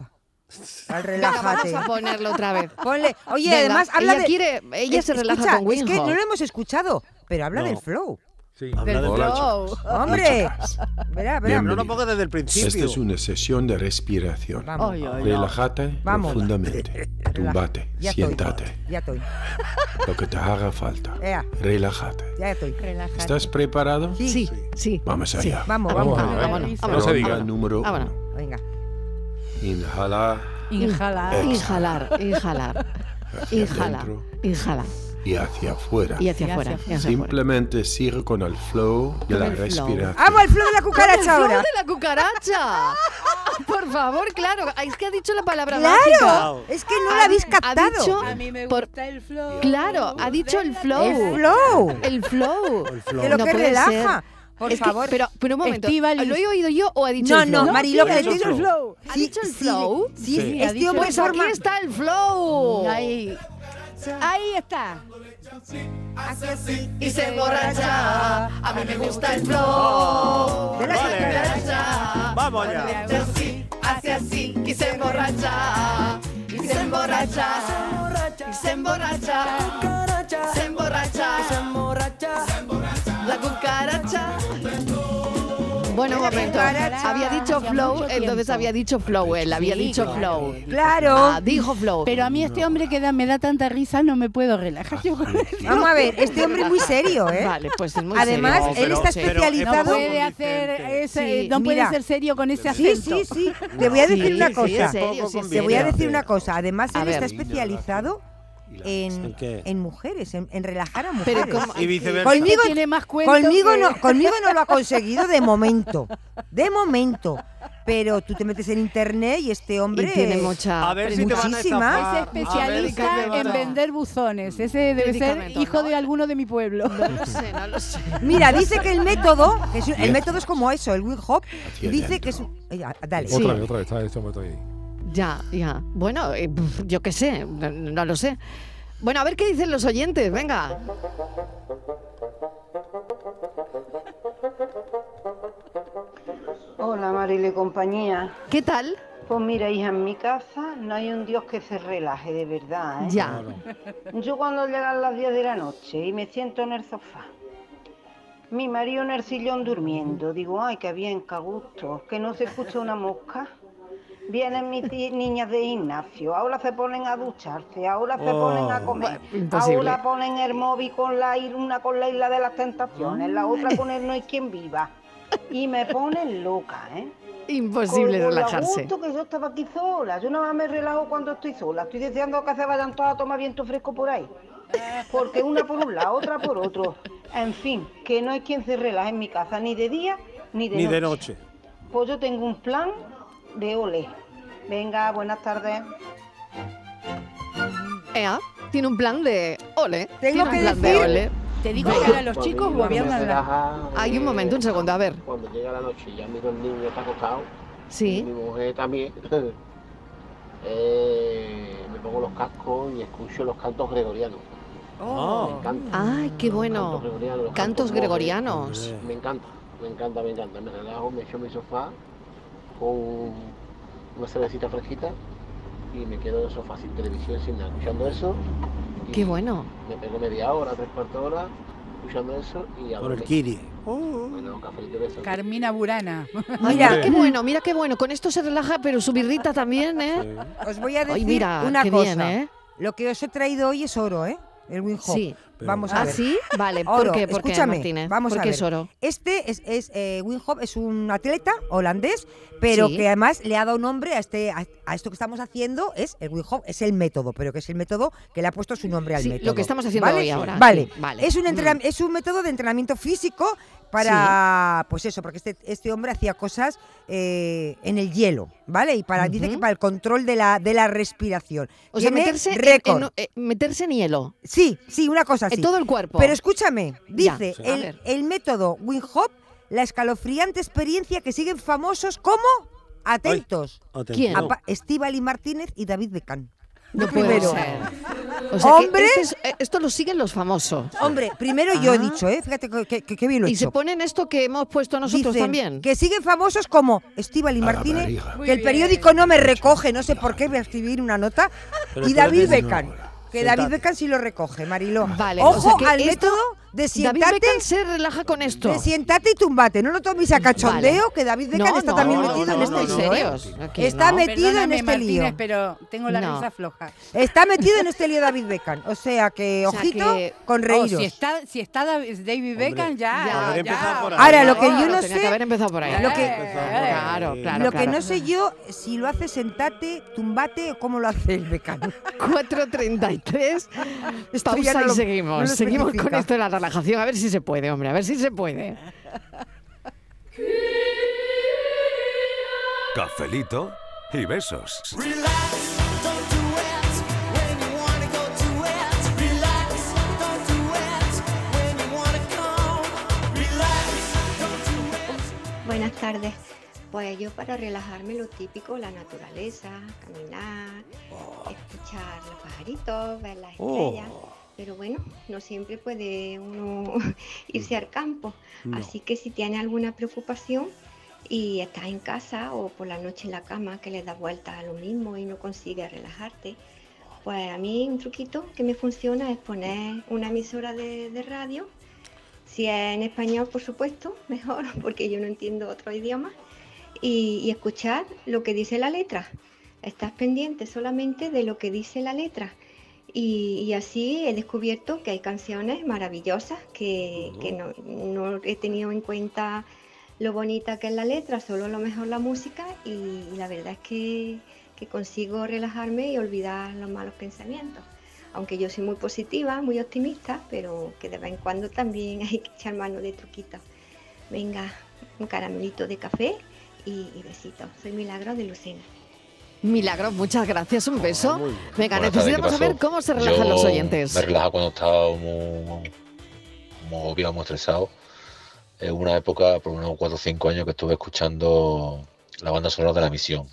Al venga, vamos relájate. a ponerlo otra vez. Ponle... Oye, Venga, además habla ella de... quiere- ella se relaja escucha, con Wim Es que Hof. no lo hemos escuchado, pero habla No. del flow. Habla Del de- Hola, flow. Oh. chicas. ¡Hombre! Verá, verá. No lo pongo desde el principio. Esta es una sesión de respiración. Vamos. Ay, ay, Relájate Vamos. profundamente. Tumbate, Ya estoy. siéntate, Ya estoy. lo que te haga falta. Ea. Relájate. Ya estoy. Relájate. ¿Estás preparado? Sí. Sí, sí. Vamos Sí. allá. Vamos, Vamos vamos. a ver. Vámonos, Relájate. vámonos, se diga. Ronda número Vámonos. uno. Venga. Inhalar. Inhalar. Inhalar, inhalar, hacia inhalar, adentro. inhalar. y hacia afuera. Y hacia Y afuera, hacia y hacia afuera. Simplemente sigue con el flow de Con la el flow. respiración. Ah. ¡Vamos al flow de la ¡El cucaracha flow ahora! de la cucaracha! Por favor, claro. Ah, Es que ha dicho la palabra ¡Claro! mágica. Es que no la habéis Ha captado. dicho, A mí me por- gusta el flow. claro, ha dicho el flow. ¡El flow! El flow. El flow. Que lo No que puede ser. relaja. Por Es que- favor. pero, pero un momento. Estíbaliz. ¿Lo he oído yo o ha dicho No, el flow? no, Mariló, que te dicho digo el flow. ¿Ha Sí, dicho el sí, flow? sí, Sí, ha este dicho hombre el Pues es aquí forma- está el flow. Ahí. Ahí está. Y se emborracha. A mí me gusta el flow. De la Vale. cucaracha. Vamos allá. Hace así, hace así y se emborracha. Y se emborracha. Y se emborracha. Se emborracha. Se emborracha. La cucaracha. Bueno, un momento. cucaracha. Había dicho Hacía flow, mucho tiempo. entonces había dicho flow él, había Sí, dicho claro. flow. Ah, Claro. dijo flow. Pero a mí este hombre que da, me da tanta risa, no me puedo relajar yo con él. Ah, Vamos a ver, este hombre es muy serio, ¿eh? Vale, pues es muy Además, serio. No, pero- él está pero- No especializado. puede hacer ese, Sí, no mira. puede ser serio con ese Sí, acento. sí, sí. Te voy a decir Sí, una sí, cosa. es serio, sí, es Te voy a serio. decir una cosa. Además, A él ver. está especializado en, ¿En qué? en mujeres, en, en relajar a mujeres. Pero ¿cómo? Y viceversa. Este Conmigo- tiene más cuento Conmigo que- no, conmigo no lo ha conseguido de momento. De momento. Pero tú te metes en internet y este hombre. Y tiene es- mucha A ver si te van a Es Muchísima. estafar. A ver si te especialista van a- en vender buzones. Ese debe ser Medicamento, hijo ¿no? de alguno de mi pueblo. No lo sé, no lo sé. Mira, dice que el método. que es- el Bien. método es como eso, el Wing Hop. Hacia Dice adentro. que es. un- eh, Ay, ah, Dale. Sí. Otra vez, otra vez, está este momento ahí. Ya, ya. Bueno, eh, pf, yo qué sé, no, no lo sé. Bueno, a ver qué dicen los oyentes, venga. Hola Marile compañía. ¿Qué tal? Pues mira, hija, en mi casa no hay un Dios que se relaje, de verdad, ¿eh? Ya. Yo cuando llegan las 10 de la noche y me siento en el sofá, mi marido en el sillón durmiendo, digo, ay, qué bien, qué a gusto, que no se escucha una mosca. Vienen mis ti- niñas de gimnasio, ahora se ponen a ducharse, ahora se ponen a Oh. comer, Imposible. ahora ponen el móvil con la ir- una con la isla de las tentaciones, la otra con el no hay quien viva. Y me ponen loca, ¿eh? Imposible Con lo relajarse. gusto que yo estaba aquí sola. Yo nada más me relajo cuando estoy sola. Estoy deseando que se vayan todas a tomar viento fresco por ahí. Porque una por un lado, otra por otro. En fin, que no hay quien se relaje en mi casa, ni de día, ni de, Ni noche. de noche. Pues yo tengo un plan de ole. Venga, buenas tardes. Ea, tiene un plan de ole. Tengo tiene un que plan decir- de ole. Te digo que ahora los chicos gobiernan la... Hay un momento, un segundo, a ver. Cuando llega la noche, ya miro el niño está acostado. y Mi Sí. mujer también. eh, me pongo los cascos y escucho los cantos gregorianos. Oh. Cantos, Ay, qué Ah. cantos bueno. gregorianos. los Ah, Cantos mojes. gregorianos. Me encanta, me encanta, me encanta. Me relajo, me echo en mi sofá con una cervecita fresquita y me quedo en el sofá sin televisión, sin nada, escuchando eso. y Qué bueno. Me pego media hora, tres cuartos de hora, escuchando eso y a Por el dormir. Kiri. Oh. Bueno, cafelito, besos. Carmina Burana. Ay, Mira. mira qué bueno, mira qué bueno. Con esto se relaja, pero su birrita también, ¿eh? Os voy a decir Ay, mira, una qué cosa. bien, ¿eh? Lo que os he traído hoy es oro, ¿eh? El Wing Hop. Sí. Vamos a ¿Ah, ver. sí? Vale, ¿por Oro, qué? ¿Por qué, escúchame, Martínez? vamos ¿Por a qué ver. es oro? Este es, es eh, Wim Hof es un atleta holandés, pero Sí. que además le ha dado nombre a este a, a esto que estamos haciendo es el Wim Hof, es el método, pero que es el método que le ha puesto su nombre al Sí, método. lo que estamos haciendo ¿vale? hoy ahora. Vale. Sí, vale. Mm. Es un entrenam- es un método de entrenamiento físico para pues eso, porque este, este hombre hacía cosas eh, en el hielo, ¿vale? Y para dice que Ujú. para el control de la de la respiración. O sea, Tiene meterse en- récord. en- eh, meterse en hielo. Sí, sí, una cosa así. En todo el cuerpo. Pero escúchame, Ya, dice sí. A el, ver. el método Wing Hop, la escalofriante experiencia que siguen famosos como atentos. ¿Quién? no. Estivali Martínez y David Beckham. No Yo puede primero. ser. O sea, que Hombre. este es- eh, esto lo siguen los famosos. Hombre, primero yo he Ah. dicho, ¿eh? Fíjate que, que- que- que bien lo he Y se hecho. ponen esto que hemos puesto nosotros Dicen también. Que siguen famosos como Estivali A la Martínez, barriga. que el periódico no me recoge, no sé por qué voy a escribir una nota, Pero y espérate, David señora. Beckham. Que Sentate. David Beckham sí lo recoge, Mariló. Vale, o Ojo sea que al esto- método de David sientarte, Beckham se relaja con esto. de siéntate y tumbate. No lo tomes a cachondeo, Vale. que David Beckham No, está no, también no, metido no, en este no, lío. no, ¿eh? serios, aquí Está no. metido Perdóname, en este Martínez, lío. pero tengo la No. risa floja. Está metido en este lío David Beckham. O sea que, O sea ojito, que- con Oh, reíros. si está, si está David David Beckham, ya. ya, ya. Ahora, lo que yo no tenía sé. que haber empezado por ahí. Eh, Lo que, Claro, claro, lo que claro. no sé yo, si lo hace sentate, tumbate o cómo lo hace el becano. 4.33. Pausa y seguimos. seguimos con este esto de la relajación. A ver si se puede, hombre. A ver si se puede. Cafelito y besos. Buenas tardes. Pues yo para relajarme lo típico, la naturaleza, caminar, Oh. escuchar los pajaritos, ver las Oh. estrellas. Pero bueno, no siempre puede uno irse al campo. No. Así que si tiene alguna preocupación y estás en casa o por la noche en la cama que le das vueltas a lo mismo y no consigues relajarte, pues a mí un truquito que me funciona es poner una emisora de, de radio si es en español, por supuesto, mejor, porque yo no entiendo otro idioma. Y, y escuchar lo que dice la letra. Estás pendiente solamente de lo que dice la letra. Y, y así he descubierto que hay canciones maravillosas que, que no, no he tenido en cuenta lo bonita que es la letra, solo a lo mejor la música. Y, y la verdad es que, que consigo relajarme y olvidar los malos pensamientos aunque yo soy muy positiva, muy optimista, pero que de vez en cuando también hay que echar mano de truquitos. Venga, un caramelito de café y, y besitos. Soy Milagro de Lucena. Milagros, muchas gracias. Un beso. Venga, Buenas tardes, ¿qué necesitamos pasó? saber cómo se relajan Yo los oyentes. Me relaja cuando estaba muy, muy, digamos, estresado. En una época, por unos 4 o 5 años, que estuve escuchando la banda sonora de La Misión.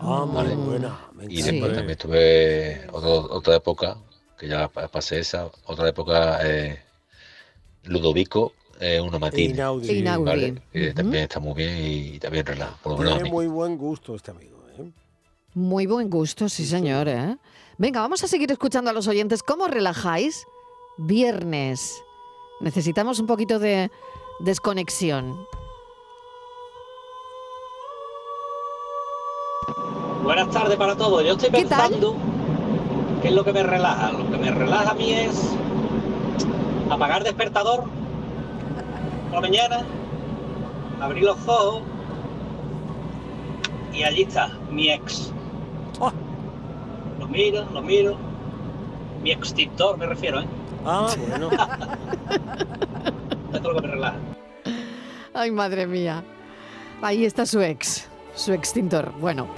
Ah, ¿vale? muy buena. me Y encanta. después también estuve otro- otra época, que ya pa- pasé esa, otra época, eh, Ludovico, eh, una matina. Inaudi. Inaudi. también está muy bien y, también relaja, por lo menos a Tiene mí. muy buen gusto este amigo. ¿eh? Muy buen gusto, sí, señor. ¿eh? Venga, vamos a seguir escuchando a los oyentes. ¿Cómo os relajáis? Viernes. Necesitamos un poquito de desconexión. Buenas tardes para todos. Yo estoy pensando qué es lo que me relaja. Lo que me relaja a mí es apagar despertador por la mañana, abrir los ojos y allí está mi ex. Oh. Lo miro, lo miro. Mi extintor me refiero, ¿eh? Ah, bueno. Esto es lo que me relaja. Ay, madre mía. Ahí está su ex, su extintor. Bueno,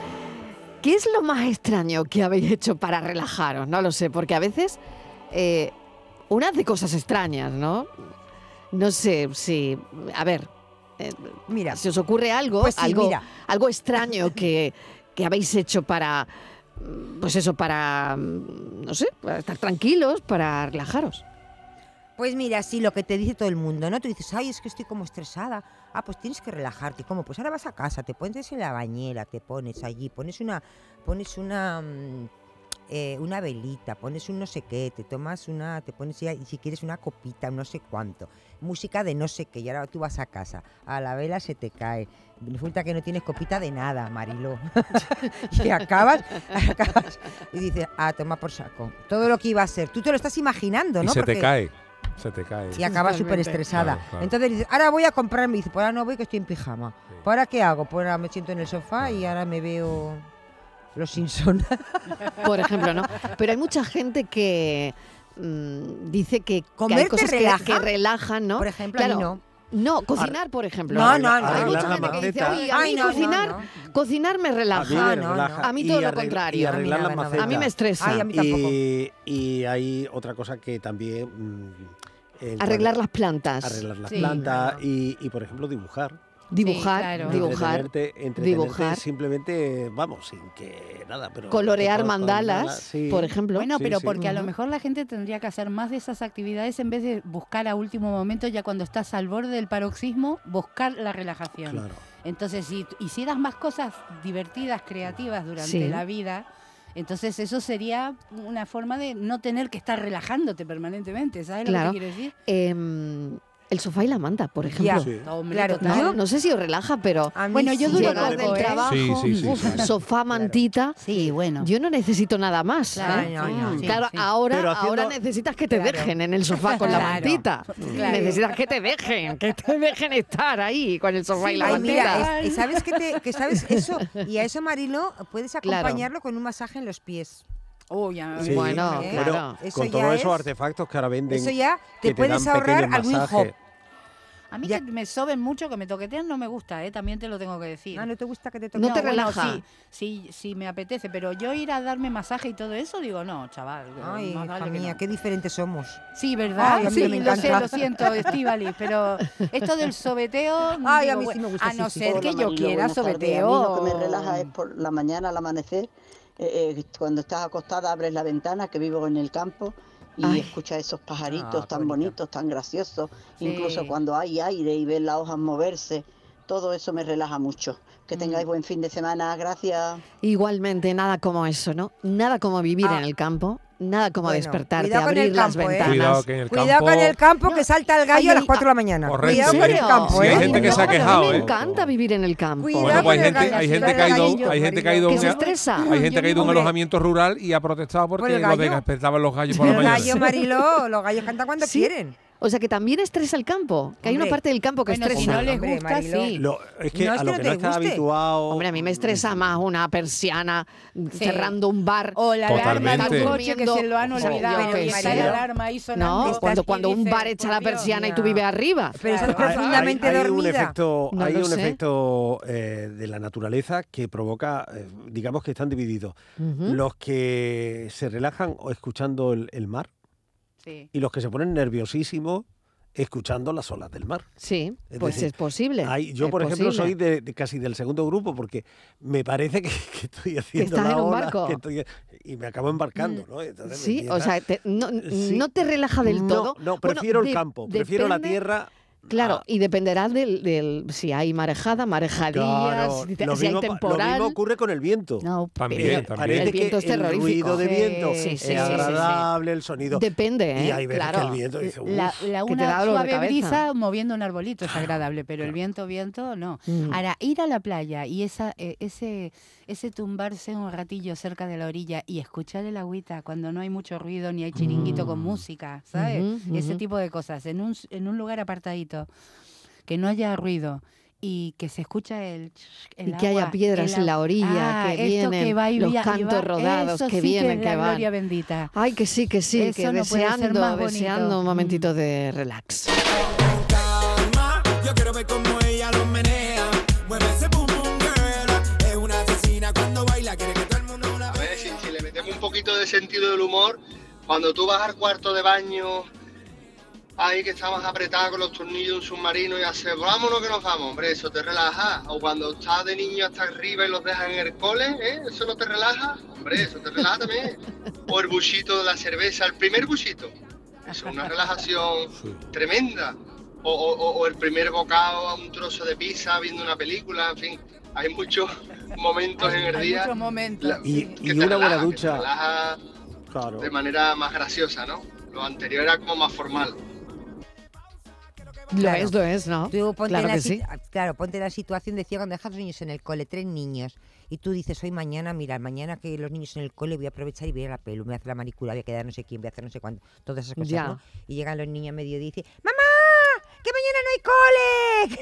¿qué es lo más extraño que habéis hecho para relajaros? No lo sé, porque a veces eh, una hace cosas extrañas, ¿no? No sé si. A ver. eh, mira. Si os ocurre algo, Pues sí, algo, mira. algo extraño que, que habéis hecho para. mm, Pues eso, para. mm, No sé, para estar tranquilos, para relajaros. Pues mira, sí, lo que te dice todo el mundo, ¿no? Tú dices, ay, es que estoy como estresada. Ah, pues tienes que relajarte. ¿Cómo? Pues ahora vas a casa, te pones en la bañera, te pones allí, pones una, pones una, mm, eh, una velita, pones un no sé qué, te tomas una, te pones ya, y si quieres una copita, un no sé cuánto, música de no sé qué, y ahora tú vas a casa, a la vela se te cae. Resulta que no tienes copita de nada, Mariló. y acabas, acabas y dices, ah, toma por saco. Todo lo que iba a ser. Tú te lo estás imaginando, Y ¿no? se te Porque- cae. Se te cae. y acaba súper estresada. Claro, claro. Entonces dices, ahora voy a comprarme. Y dice, pues ahora no voy que estoy en pijama. ¿Pues ahora qué hago? Pues ahora me siento en el sofá y ahora me veo los Simpsons. Por ejemplo, ¿no? Pero hay mucha gente que mm, dice que, que hay ¿Comer te cosas que- relaja? que, relajan, ¿no? Por ejemplo, a mí no. No, cocinar, por ejemplo. No, no, no. Hay mucha Arreglar la gente que dice, maceta. "Uy, a mí Ay, no, no, cocinar, cocinar me relaja. A mí me Ah, relaja. A mí Y todo arregl- lo contrario. Y arreglar las A mí macetas. me estresa. Y, y hay otra cosa que también... mm, el- Arreglar las plantas. Arreglar las Sí, plantas y, y, por ejemplo, dibujar. Dibujar, claro. dibujar, Entretenerte- entretenerte dibujar. simplemente, vamos, sin que nada. Pero Colorear que puedas poner mandalas, nada, sí. Bueno, Sí, pero sí. porque a lo mejor la gente tendría que hacer más de esas actividades en vez de buscar a último momento, ya cuando estás al borde del paroxismo, buscar la relajación. Claro. Entonces, si t- hicieras más cosas divertidas, creativas durante Sí. la vida, Entonces eso sería una forma de no tener que estar relajándote permanentemente, ¿sabes Claro. lo que quiero decir? Em, el sofá y la manta, por ejemplo. Sí. Hombre, Claro, total. no, no sé si os relaja, pero mí Bueno, yo sí. duro llegar poco, del ¿eh? trabajo, Sí, sí, sí, uf, sí. sofá, mantita. Sí, bueno. Yo no necesito nada más. Claro, ¿eh? no, no, sí, Claro, sí. ahora, Pero haciendo- ahora necesitas que te Claro. dejen en el sofá con la Claro. mantita. Claro. Necesitas que te dejen, que te dejen estar ahí con el sofá y la Ay, mantita. mira, es- es- sabes que, te- que sabes eso y a eso Marilo puedes Claro. acompañarlo con un masaje en los pies. Oh, ya. Sí, ¿eh? bueno, Eso con ya todos esos es- artefactos que ahora venden. Eso ya te que puedes dan ahorrar pequeños algún masajes. hop. A mí que me soben mucho, que me toquetean, no me gusta, ¿eh? también te lo tengo que decir. Ah, ¿no te gusta que te No te bueno, relaja. sí, sí, sí, me apetece, pero yo ir a darme masaje y todo eso, digo, no, chaval. Ay, más vale hija que mía, no. qué diferentes somos. Sí, ¿verdad? Ay, a mí sí, me lo sé, encanta. lo siento, Estivali, pero esto del sobeteo. Ay, a digo, mí sí me gusta, A no sí, sí. ser que Hola, yo Marilo, quiera buenas tardes. sobeteo. A mí lo que me relaja es por la mañana al amanecer, eh, eh, cuando estás acostada abres la ventana, que vivo en el campo, y Ay. escuchas esos pajaritos Ah, tan bonitos, tan graciosos, Sí. incluso cuando hay aire y ves las hojas moverse, todo eso me relaja mucho. Que Mm. tengáis buen fin de semana, gracias. Igualmente, nada como eso, ¿no? Nada como vivir en el campo, nada como Bueno, despertarte, cuidado con abrir el las campo, ¿eh? ventanas. Cuidado que en el Cuidado con campo- el campo que salta el gallo a las 4 de la mañana. Correcto. Cuidado Sí, con el sí, campo, sí, hay ¿eh? gente que se ha quejado, me ¿eh? encanta vivir en el campo. Bueno, pues hay gente, hay gente que ha ido, hay gente que ha ido, a que un- se estresa. hay gente que ha ido a un alojamiento rural y ha protestado ¿Por porque el los gallo? despertaban los gallos por la Los mañana. gallos, Mariló, los gallos cantan cuando Sí. quieren. O sea que también estresa el campo, que hay una Hombre. parte del campo que Bueno, si estresa. no les Hombre, gusta, Mariló. sí. Lo- es que No, es a que lo no que no te estás guste. habituado. Hombre, a mí me estresa más una persiana cerrando un bar. O la alarma estar del coche que durmiendo. se lo han O sea, olvidado. yo qué y está sé. la alarma ahí sonando. No, cuando, cuando un bar echa la persiana y tú vives arriba. Pero eso es Hay- hay- profundamente hay, un dormida. efecto, No hay lo un sé. efecto eh, de la naturaleza que provoca, eh, digamos que están divididos. Ujú. Los que se relajan o escuchando el, el mar Sí. y los que se ponen nerviosísimos escuchando las olas del mar. Sí, Es pues decir, es posible. Hay- yo, es por ejemplo, soy posible. de, de casi del segundo grupo porque me parece que, que estoy haciendo estás la en un ola, barco. Mm. que estoy- y me acabo embarcando, ¿no? Entonces me Sí, o empieza- sea, te- no, ¿eh? Sí. no te relaja del No, todo. no, Bueno, prefiero el de- campo, prefiero la depende- tierra. Claro, y dependerá del, del- si hay marejada, marejadillas, Claro, si, te- lo, si mismo, hay pa- lo temporal. eh, mismo ocurre con el viento. También, también. Parece El viento que es terrorífico. El ruido de Sí, viento sí, sí, sí, sí. es agradable, el sonido. Depende, ¿eh? Y hay veces que Claro. el viento dice, "Uh, La, "Uf". la que te una da dolor de suave cabeza. brisa moviendo un arbolito es agradable, pero el viento, viento, no. Mm. Ahora, ir a la playa y esa, eh, ese, ese tumbarse un ratillo cerca de la orilla y escuchar el agüita cuando no hay mucho ruido ni hay chiringuito con música, ¿sabes? Mm. Ujú, Ese ujú. tipo de cosas. En un, s- en un lugar apartadito, que no haya ruido y que se escucha el, ch- el Y que haya agua, piedras el en la agua. orilla, Ah, que esto vienen, va y los vi- y va, cantos rodados eso que sí vienen, es que la van. gloria bendita. Ay, que sí, que sí, Eso que no puede ser deseando, más bonito. deseando un momentito de relax. Yo quiero ver cómo ella lo menea. Mueve ese pum pum girl. Es una asesina cuando baila. Quiere que todo el mundo la vea. Si, si le metemos un poquito de sentido del humor, cuando tú vas al cuarto de baño, ahí que estabas apretado con los tornillos de un submarino y haces, vámonos que nos vamos, hombre, eso te relaja. O cuando estás de niño hasta arriba y los dejan en el cole, ¿eh? ¿Eso no te relaja? Hombre, eso te relaja también. O el buchito de la cerveza, el primer buchito. Eso es una relajación tremenda. O, o- o- o el primer bocado a un trozo de pizza viendo una película, en fin, hay muchos momentos en el Hay día muchos momentos. la- Y- que y te una buena relaja, que te ducha. relaja Claro. de manera más graciosa, ¿no? Lo anterior era como más formal. Lo es, lo es, ¿no? Tú ponte claro en la que si- sí. ah, Claro, ponte en la situación, decía, cuando dejas a los niños en el cole, tres niños, y tú dices, hoy mañana, mira, mañana que los niños en el cole voy a aprovechar y voy a ir a la pelu, me hace la manicura, voy a quedar no sé quién, voy a hacer no sé cuánto, todas esas cosas, Ya. ¿no? Y llegan los niños a mediodía y dicen, ¡Mamá! ¡Que mañana no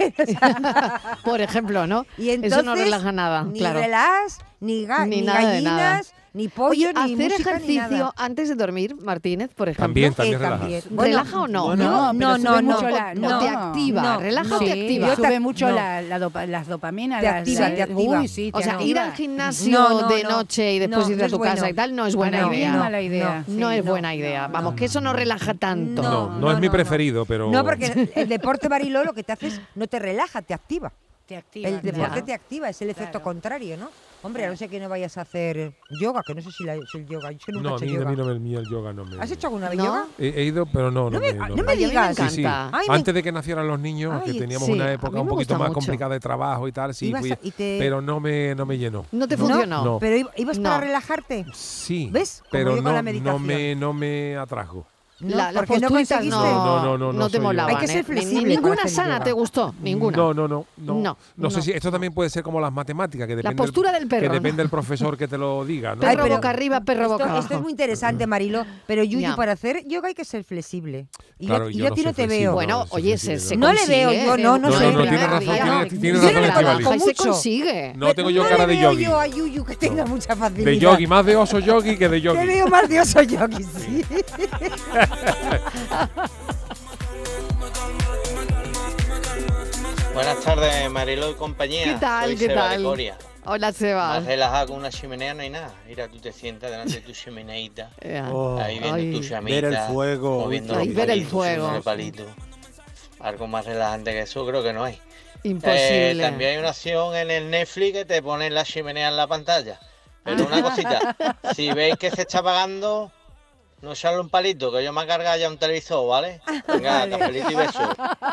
hay cole! Por ejemplo, ¿no? y Eso no entonces, relaja nada, Ni claro. relax, ni, ga- Ni ni nada de nada. gallinas, ni pollo, Oye, ni hacer música, ni ejercicio nada. antes de dormir, Martínez, por ejemplo. También, también Eh, relaja. también. Bueno, ¿Relaja o no? No, no, no, no, no, mucho no. la, O te activa, relaja o te Sí, activa. Sube Yo te- mucho no. la, la dopa- las dopaminas. Te la- activa, la- te activa. Uy, sí, O te sea, ir activa. al gimnasio No, no, de no. noche y después No, irte no a es tu casa bueno. y tal no es buena No, idea. es mala idea, No, sí, no es buena idea. Vamos, que eso no relaja tanto. No, no, es mi preferido, pero. No, porque el- el deporte bariló lo que te hace es no te relaja, te activa. Te activa, El deporte claro. te activa, es el efecto contrario, ¿no? Hombre, a no sé que no vayas a hacer yoga, que no sé si, la- si el yoga. Yo nunca he No, a hecho mí, yoga. a mí no me, el mío el yoga no me... ¿Has hecho alguna vez yoga? He, he ido, pero no, no, No me, me- no no me- me Ay, a mí me digas. Sí, sí. encanta. Ay, me- Antes de que nacieran los niños, Ay, que teníamos sí, a una mí época me un poquito gusta más mucho. complicada de trabajo y tal, sí, Ibas fui- a- y te- pero no me, no me llenó. No te No, funcionó. no. Pero i- ibas No. para relajarte. Sí, ¿Ves? Como pero yo con no, la no meditación. me, no me atrajo. No, La- las porque no posturitas conseguiste. no, No, no, no, no te soy yo. molaban. Hay que ¿eh? ser Ni- flexible ni- para ninguna hacer sana yoga. te gustó, ninguna. No, no, no, no. No, sé no. si esto también puede ser como las matemáticas, que depende, postura del perro, que ¿no? depende del profesor que te lo diga. ¿no? Perro boca arriba, perro esto, boca abajo. Esto es muy interesante, Marilo. Pero Yuyu, Ya. para hacer yoga hay que ser flexible. Y yo- Claro, y yo yo, no a ti soy no te flexible, veo. no, Bueno, no soy oye, se- flexible, se No le veo consigue, yo, ¿eh? no, no, No, sé. no, tiene razón, tiene- tiene Yo razón no el trabajo Estivali. Ahí se mucho. consigue. No tengo yo no cara le de veo yogi. yo a Yuyu que tenga mucha facilidad. De yogi, más de oso yogi que de yogi. Te veo más de oso yogi, sí. Buenas tardes, Marilo y compañía. ¿Qué tal? Soy ¿Qué Seba de tal? Coria. Hola, Seba. Más relajado con una chimenea no hay nada. Mira, tú te sientas delante de tu chimeneita. Ya. ahí viendo Ay. tu llamita. Ver el fuego. moviendo Ay, los ver el palitos, fuego. moviendo los palitos. Algo más relajante que eso creo que no hay. Imposible. Eh, también hay una opción en el Netflix que te ponen la chimenea en la pantalla. Pero Ah. una cosita, si veis que se está apagando, no echarle un palito, que yo me he cargado ya un televisor, ¿vale? Ah, Venga, Vale. cafelito y besos.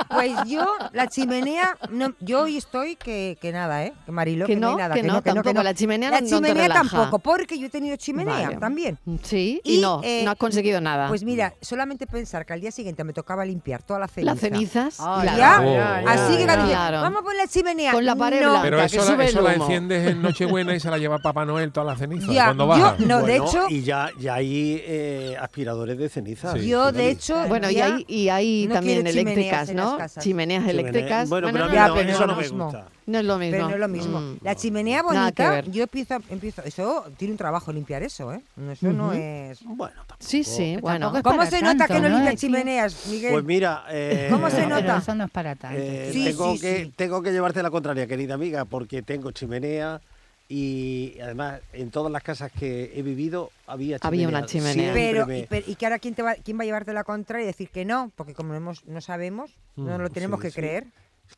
Pues yo, la chimenea, no, yo hoy estoy que, que nada, ¿eh? Que Marilo, Que que, no, no hay nada. que no, tampoco, la chimenea no- La no te chimenea relaja. tampoco, porque yo he tenido chimenea Vale. también. Sí, y, no, eh, no has conseguido nada. Pues mira, solamente pensar que al día siguiente me tocaba limpiar todas las cenizas. Las cenizas, Y claro. ya, Oh, así que claro. dije, Claro. vamos a poner la chimenea. Con la pared No, blanca, Pero que eso, la, sube eso el la humo. enciendes en Nochebuena y se la lleva Papá Noel toda la ceniza. Ya, cuando yo baja. no- de Bueno, hecho- Y ya, ya hay eh, aspiradores de ceniza. Yo, de hecho, Bueno, y Ah, ya hay, y hay no también quiero chimeneas eléctricas, en las ¿no? casas. Chimeneas Chimenea- eléctricas. bueno, pero a mí Ya, no, pero eso no no es me lo mismo. gusta. No es lo mismo. Pero no es lo mismo. Mm. La chimenea Nada que bonita, ver. yo empiezo, empiezo, eso tiene un trabajo limpiar eso, ¿eh? No, Eso no Ujú. es... Bueno, tampoco. Sí, sí, bueno. tampoco es ¿Cómo para se nota tanto, que no ¿no? limpia Es que- chimeneas, Miguel? Pues mira, eh, ¿Cómo se No, pero nota? eso no es para tanto. Eh, Sí, tengo, sí, que, sí. tengo que llevarte la contraria, querida amiga, porque tengo chimenea y además en todas las casas que he vivido había chimenea. Había una chimenea. Siempre Pero, me- y, pero- y que ahora quién, te va, quién va a llevarte la contra y decir que no, porque como no hemos, no sabemos, no Mm, lo tenemos sí, que sí. creer.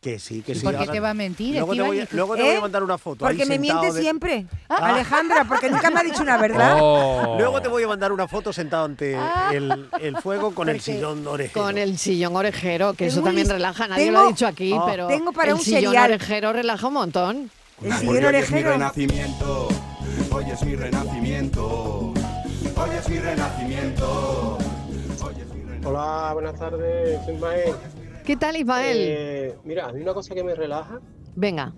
Que sí, que ¿Y sí. por qué ahora- te va a mentir, Luego te voy a, Estíbaliz? luego te voy a ¿Eh? mandar una foto. ahí Porque me sentado miente de- siempre. Ah. Alejandra, porque nunca me ha dicho una verdad. Oh. Luego te voy a mandar una foto sentado ante el, el fuego con el sillón de orejero. Ah. Con el sillón orejero, que Es eso muy también lis- relaja. Nadie Tengo- oh, lo ha dicho aquí, Ah. pero Tengo para el un sillón serial. orejero relaja un montón. El Porque sillón hoy es mi orejero. renacimiento, hoy es mi renacimiento, hoy es mi renacimiento. Hola, buenas tardes, soy Ismael. ¿Qué tal, Ismael? Eh, mira, a mí una cosa que me relaja Venga.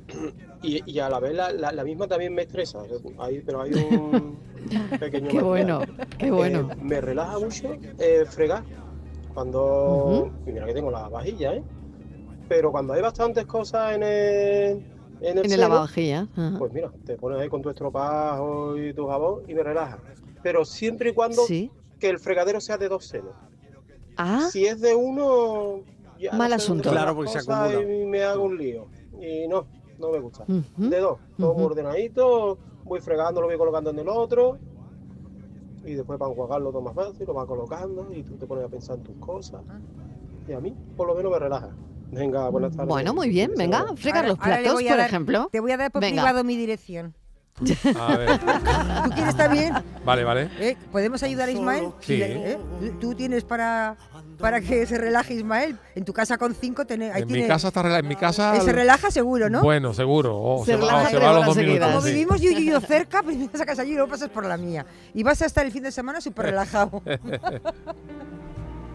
y, y a la vez la, la- la misma también me estresa, Hay- pero hay un pequeño... Qué matiz bueno, ahí. qué bueno. Eh, me relaja mucho eh, fregar. Cuando... y Mira que tengo la vajilla, ¿eh? Pero cuando hay bastantes cosas en el... En En el, el cero, lavavajilla. ajá. Pues mira, te pones ahí con tu estropajo y tu jabón y me relaja. Pero siempre y cuando Sí. que el fregadero sea de dos celos. Ah, Si es de uno, ya Mal no sé asunto. dónde Claro, las porque se cosas acumula. Y me hago un lío. Y no, no me gusta. Ujú, De dos, todo muy ujú. ordenadito, voy fregando, lo voy colocando en el otro. Y después para enjuagarlo todo más fácil, lo vas colocando y tú te pones a pensar en tus cosas. Y a mí, por lo menos, me relaja. Venga, buenas tardes. bueno, muy bien, venga. Fregar los Ahora- ahora le platos, voy a por dar- ejemplo. Te voy a dar por Venga. privado mi dirección. A ver, ¿Tú quieres también? vale, vale. ¿Eh? ¿Podemos ayudar a Ismael? Sí. Le- ¿eh? ¿Tú- ¿Tú tienes para, para que se relaje Ismael? En tu casa con cinco, tiene- ahí En mi tiene- casa está rela- en mi casa. eh, se relaja seguro, ¿no? Bueno, seguro. O Se se, va, relaja o se tres va a los horas dos seguidas. minutos. Como sí. vivimos yo y yo cerca, primero sacas allí y luego pasas por la mía. Y vas a estar el fin de semana súper relajado.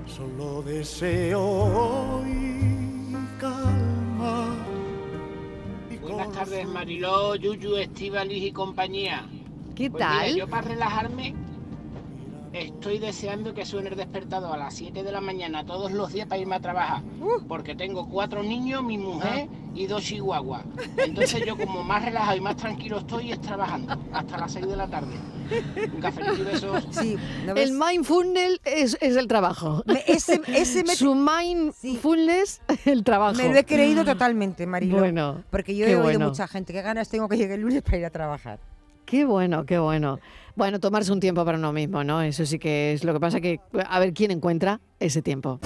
Solo deseo hoy calma. Buenas tardes, Mariló, Yuyu, Estivalis y compañía. ¿Qué Pues mira, yo tal? para relajarme estoy deseando que suene el despertador a las 7 de la mañana todos los días para irme a trabajar. Uh. Porque tengo cuatro niños, mi mujer Ah. y dos chihuahuas. Entonces yo como más relajado y más tranquilo estoy es trabajando hasta las 6 de la tarde. Un cafelito y besos. Sí, ¿no ves? El mindfulness es, es el trabajo. Me- ese, ese me, Su mindfulness, el trabajo. me lo he creído totalmente, Marilo. Bueno, porque yo qué he oído bueno. mucha gente. Qué ganas tengo que llegue el lunes para ir a trabajar. Qué bueno, qué bueno. Bueno, tomarse un tiempo para uno mismo, ¿no? Eso sí que es lo que pasa que a ver quién encuentra ese tiempo.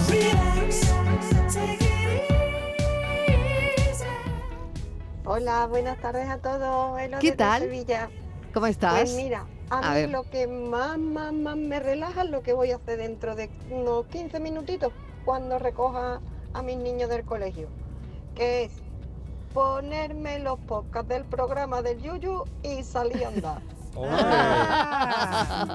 Hola, buenas tardes a todos. Elo ¿Qué desde tal? Sevilla. ¿Cómo estás? Pues mira, a, A mí ver. lo que más, más, más me relaja es lo que voy a hacer dentro de unos 15 minutitos cuando recoja a mis niños del colegio, que es ponerme los podcasts del programa del Yuyu y salir a andar.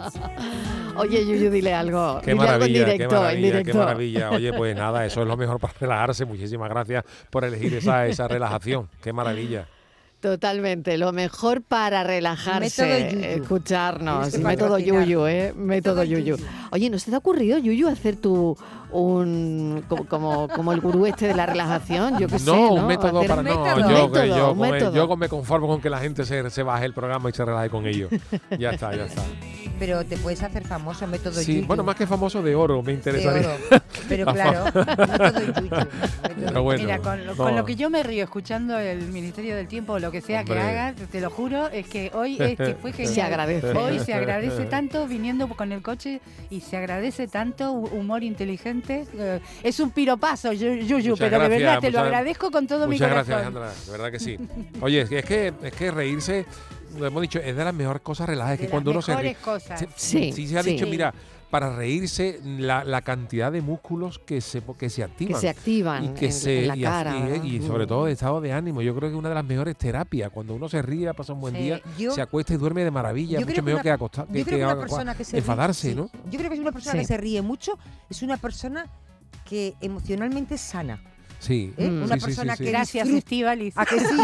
Oye, Yuyu, dile algo. Qué dile algo maravilla, en qué directo, en maravilla, directo. qué maravilla. Oye, pues nada, eso es lo mejor para relajarse. Muchísimas gracias por elegir esa, esa relajación. Qué maravilla. Totalmente, lo mejor para relajarse, Método yuyu. escucharnos, Tienes que método patrocinar. yuyu, eh, método yuyu. Oye, ¿no se te ha ocurrido yuyu hacer tú un como, como, como el gurú este de la relajación? Yo qué sé, No, ¿no? un método Hacer- para no. Un Yo, que- método, yo un con- método. yo con- me conformo con que la gente se, se baje el programa y se relaje con ello. Ya está, ya está. Pero te puedes hacer famoso método Sí, YouTube. bueno, más que famoso de oro, me interesaría. oro. Pero La claro, fama. método YouTube, Pero bueno, Mira, con lo, con no. lo que yo me río escuchando el Ministerio del Tiempo, lo que sea que Hombre. haga, te lo juro, es que hoy es que fue Se genial. agradece. Hoy se agradece tanto viniendo con el coche y se agradece tanto hu- humor inteligente. Eh, es un piropazo, Yu- Yuyu, Muchas pero de gracias, verdad te lo muchas- agradezco con todo mi Muchas corazón. gracias, Alejandra. De verdad que sí. Oye, es que, es que, es que reírse, lo hemos dicho, es de las mejores cosas relajadas. De que cuando uno las se ríe. mejores cosas. Se- Sí, se ha sí. dicho, Sí. mira, para reírse, la, la cantidad de músculos que se, que se activan. se activan Y en- que se, en la y, así- cara, ¿verdad? y sobre todo de estado de ánimo. Yo creo que es una de las mejores terapias. Cuando uno se ríe, pasa un buen Sí. día, Yo- se acuesta y duerme de maravilla. Yo Mucho creo que mejor una- que acostar. yo creo que una haga- persona que se ríe, enfadarse, sí. ¿no? Yo creo que es una persona Sí. que se ríe mucho, es una persona que emocionalmente es sana. Sí. ¿eh? Mm. Una Sí, sí, persona sí, sí. que Gracias, disfruta- Estíbaliz. ¿A que sí?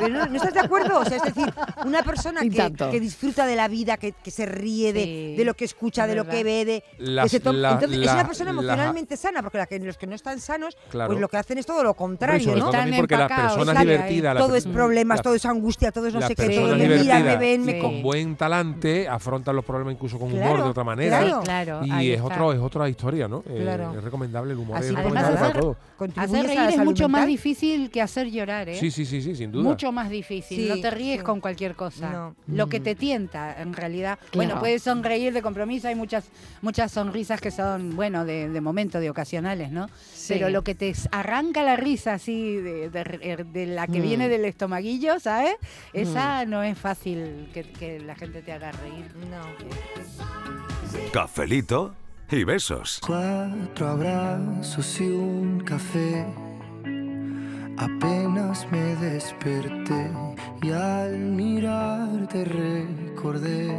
Pero no, ¿no estás de acuerdo? O sea, es decir, una persona Ni que, tanto. que disfruta de la vida, que, que se ríe de, Sí, de lo que escucha, es de lo verdad. que ve, de que Las- se toma- la- Entonces, es la- una persona la- emocionalmente sana, porque la que- los que no están sanos, Claro. pues lo que hacen es todo lo Hombre, y contrario, sobre ¿no? todo también porque las personas Claro, divertidas, las todo es per- problemas, las- todo es angustia, todo es no las sé qué, personas todo es me mira, me divertidas, ven, me con buen talante afrontan los problemas incluso con humor Claro, de otra manera claro. Sí, claro, ahí y es está. otro es otra historia no Eh, Claro. es recomendable el humor Así es que- recomendable Además, para todo Hacer reír es mucho más difícil que hacer llorar, ¿eh? sí sí sí sí sin duda Mucho más difícil, Sí, no te ríes sí. con cualquier cosa. No. Lo Mm. que te tienta, en realidad. Bueno, Claro. puedes sonreír de compromiso, hay muchas, muchas sonrisas que son, bueno, de, de momento, de ocasionales, ¿no? Sí. Pero lo que te s- arranca la risa así, de, de- de la que Mm. viene del estomaguillo, ¿sabes? Esa no es fácil que, que la gente te haga reír. Cafelito y besos. Cuatro abrazos y un café. Apenas me desperté y al mirarte recordé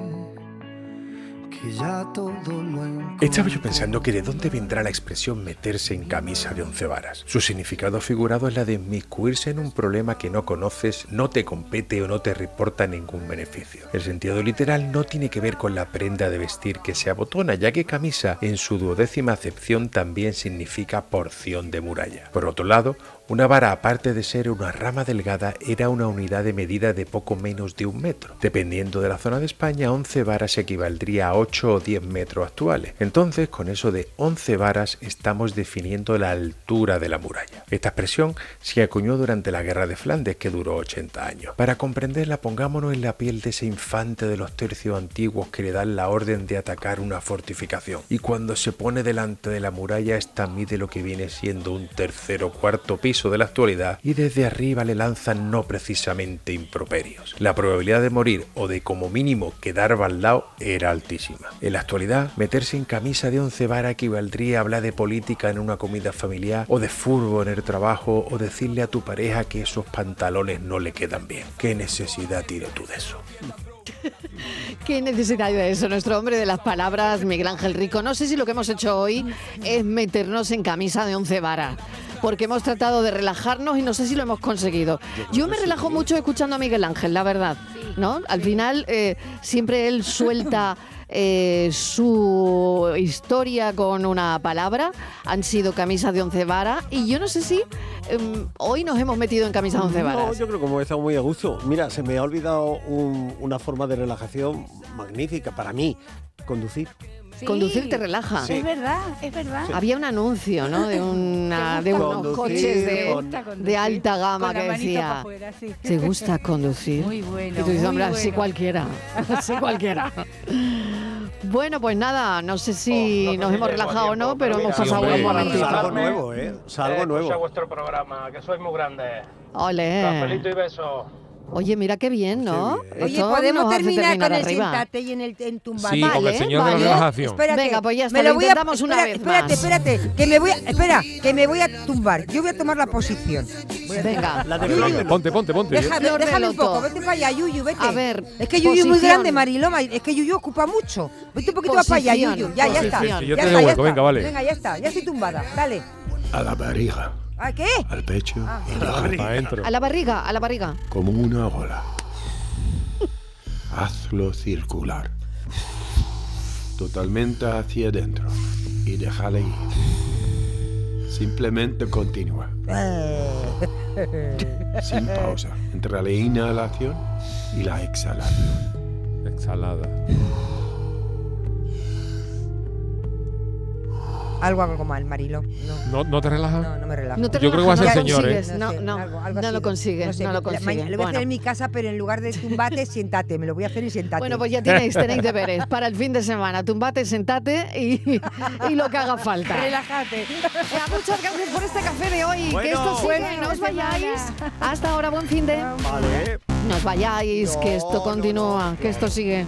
que ya todo lo encontré. Estaba yo pensando que de dónde vendrá la expresión meterse en camisa de once varas. Su significado figurado es la de inmiscuirse en un problema que no conoces, no te compete o no te reporta ningún beneficio. El sentido literal no tiene que ver con la prenda de vestir que se abotona, ya que camisa en su duodécima acepción también significa porción de muralla. Por otro lado, una vara, aparte de ser una rama delgada, era una unidad de medida de poco menos de un metro. Dependiendo de la zona de España, 11 varas equivaldría a 8 o 10 metros actuales. Entonces, con eso de 11 varas, estamos definiendo la altura de la muralla. Esta expresión se acuñó durante la Guerra de Flandes, que duró 80 años. Para comprenderla, pongámonos en la piel de ese infante de los tercios antiguos que le dan la orden de atacar una fortificación. Y cuando se pone delante de la muralla, esta mide lo que viene siendo un tercer o cuarto piso de la actualidad y desde arriba le lanzan no precisamente improperios. La probabilidad de morir o de como mínimo quedar baldao era altísima. En la actualidad, meterse en camisa de once vara equivaldría a hablar de política en una comida familiar o de furbo en el trabajo o decirle a tu pareja que esos pantalones no le quedan bien. ¿Qué necesidad tiene tú de eso? Qué necesidad de eso, nuestro hombre de las palabras, Miguel Ángel Rico. No sé si lo que hemos hecho hoy es meternos en camisa de once varas, porque hemos tratado de relajarnos y no sé si lo hemos conseguido. Yo me relajo mucho escuchando a Miguel Ángel, la verdad. ¿no? Al final eh, siempre él suelta eh, su historia con una palabra. Han sido camisas de once varas y yo no sé si em, hoy nos hemos metido en camisa de once No, varas. yo creo que hemos estado muy a gusto. Mira, se me ha olvidado un- una forma de relajación magnífica para mí, conducir. Conducir te relaja. Sí. Es verdad, es verdad. Había un anuncio, ¿no? De, una, ¿Te Ah, de gusta unos conducir? coches ¿Te de, gusta conducir? de alta gama Con la que manito pa' decía. fuera, sí. ¿Te gusta conducir? Muy bueno, Y tú dices, muy hombre, así bueno. cualquiera. Así cualquiera. Bueno, pues nada, Oh, no sé si nos hemos relajado o no, pero hemos pasado buen momentito. Algo nuevo, ¿eh? O sea, algo Escucha nuevo. vuestro programa, que sois muy grandes. Ole. Cafelito y besos. Oye, mira qué bien, ¿no? Oye, Esto podemos nos hace terminar, con el arriba. sentate y en el en tumbar. Sí, con el señor de la relajación. Venga, pues ya está, me lo lo voy a, intentamos una espera- vez espérate, más. espérate, que me voy a, espera, que me voy a tumbar. Yo voy a tomar la posición. Voy a- Venga. La de Flor. Ponte, ponte, ponte. Déjame, Flor de déjame un Loto. poco, vete para allá, Yuyu, vete. A ver, es que Yuyu es muy posición. grande, Mariloma, es que Yuyu ocupa mucho. Vete un poquito más para allá, Posición, Yuyu. Ya, ya está. posición. Sí, sí, yo ya te está, ya devuelvo, está. venga, vale. Venga, ya está, ya estoy tumbada. Dale. A la barriga, ¿A qué? al pecho y luego para adentro. A la barriga, a la barriga. Como una bola. Hazlo circular. Totalmente hacia adentro. Y déjale ir. Simplemente continúa. Eh, Sin pausa. Entre la inhalación y la exhalación. Exhalada. Algo hago mal, Marilo. Pues No. ¿No, no te relajas? No, no me relajo. No te Yo creo que va a ser relajas, no señor, ¿eh? consigues. No, sé, no, algo- algo no así. lo consigues, no lo la- mañana consigues. Lo voy a hacer Bueno. en mi casa, pero en lugar de tumbate, siéntate. Me lo voy a hacer y siéntate. Bueno, pues ya tenéis, tenéis deberes para el fin de semana. Tumbate, sentate y, y lo que haga falta. Relájate. Ya, muchas gracias por este café de hoy. que Bueno. esto sigue, Bueno, no os semana. vayáis. Hasta ahora, buen fin de. Vale. No os vayáis, que esto continúa, que esto sigue.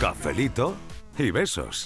Cafelito y besos.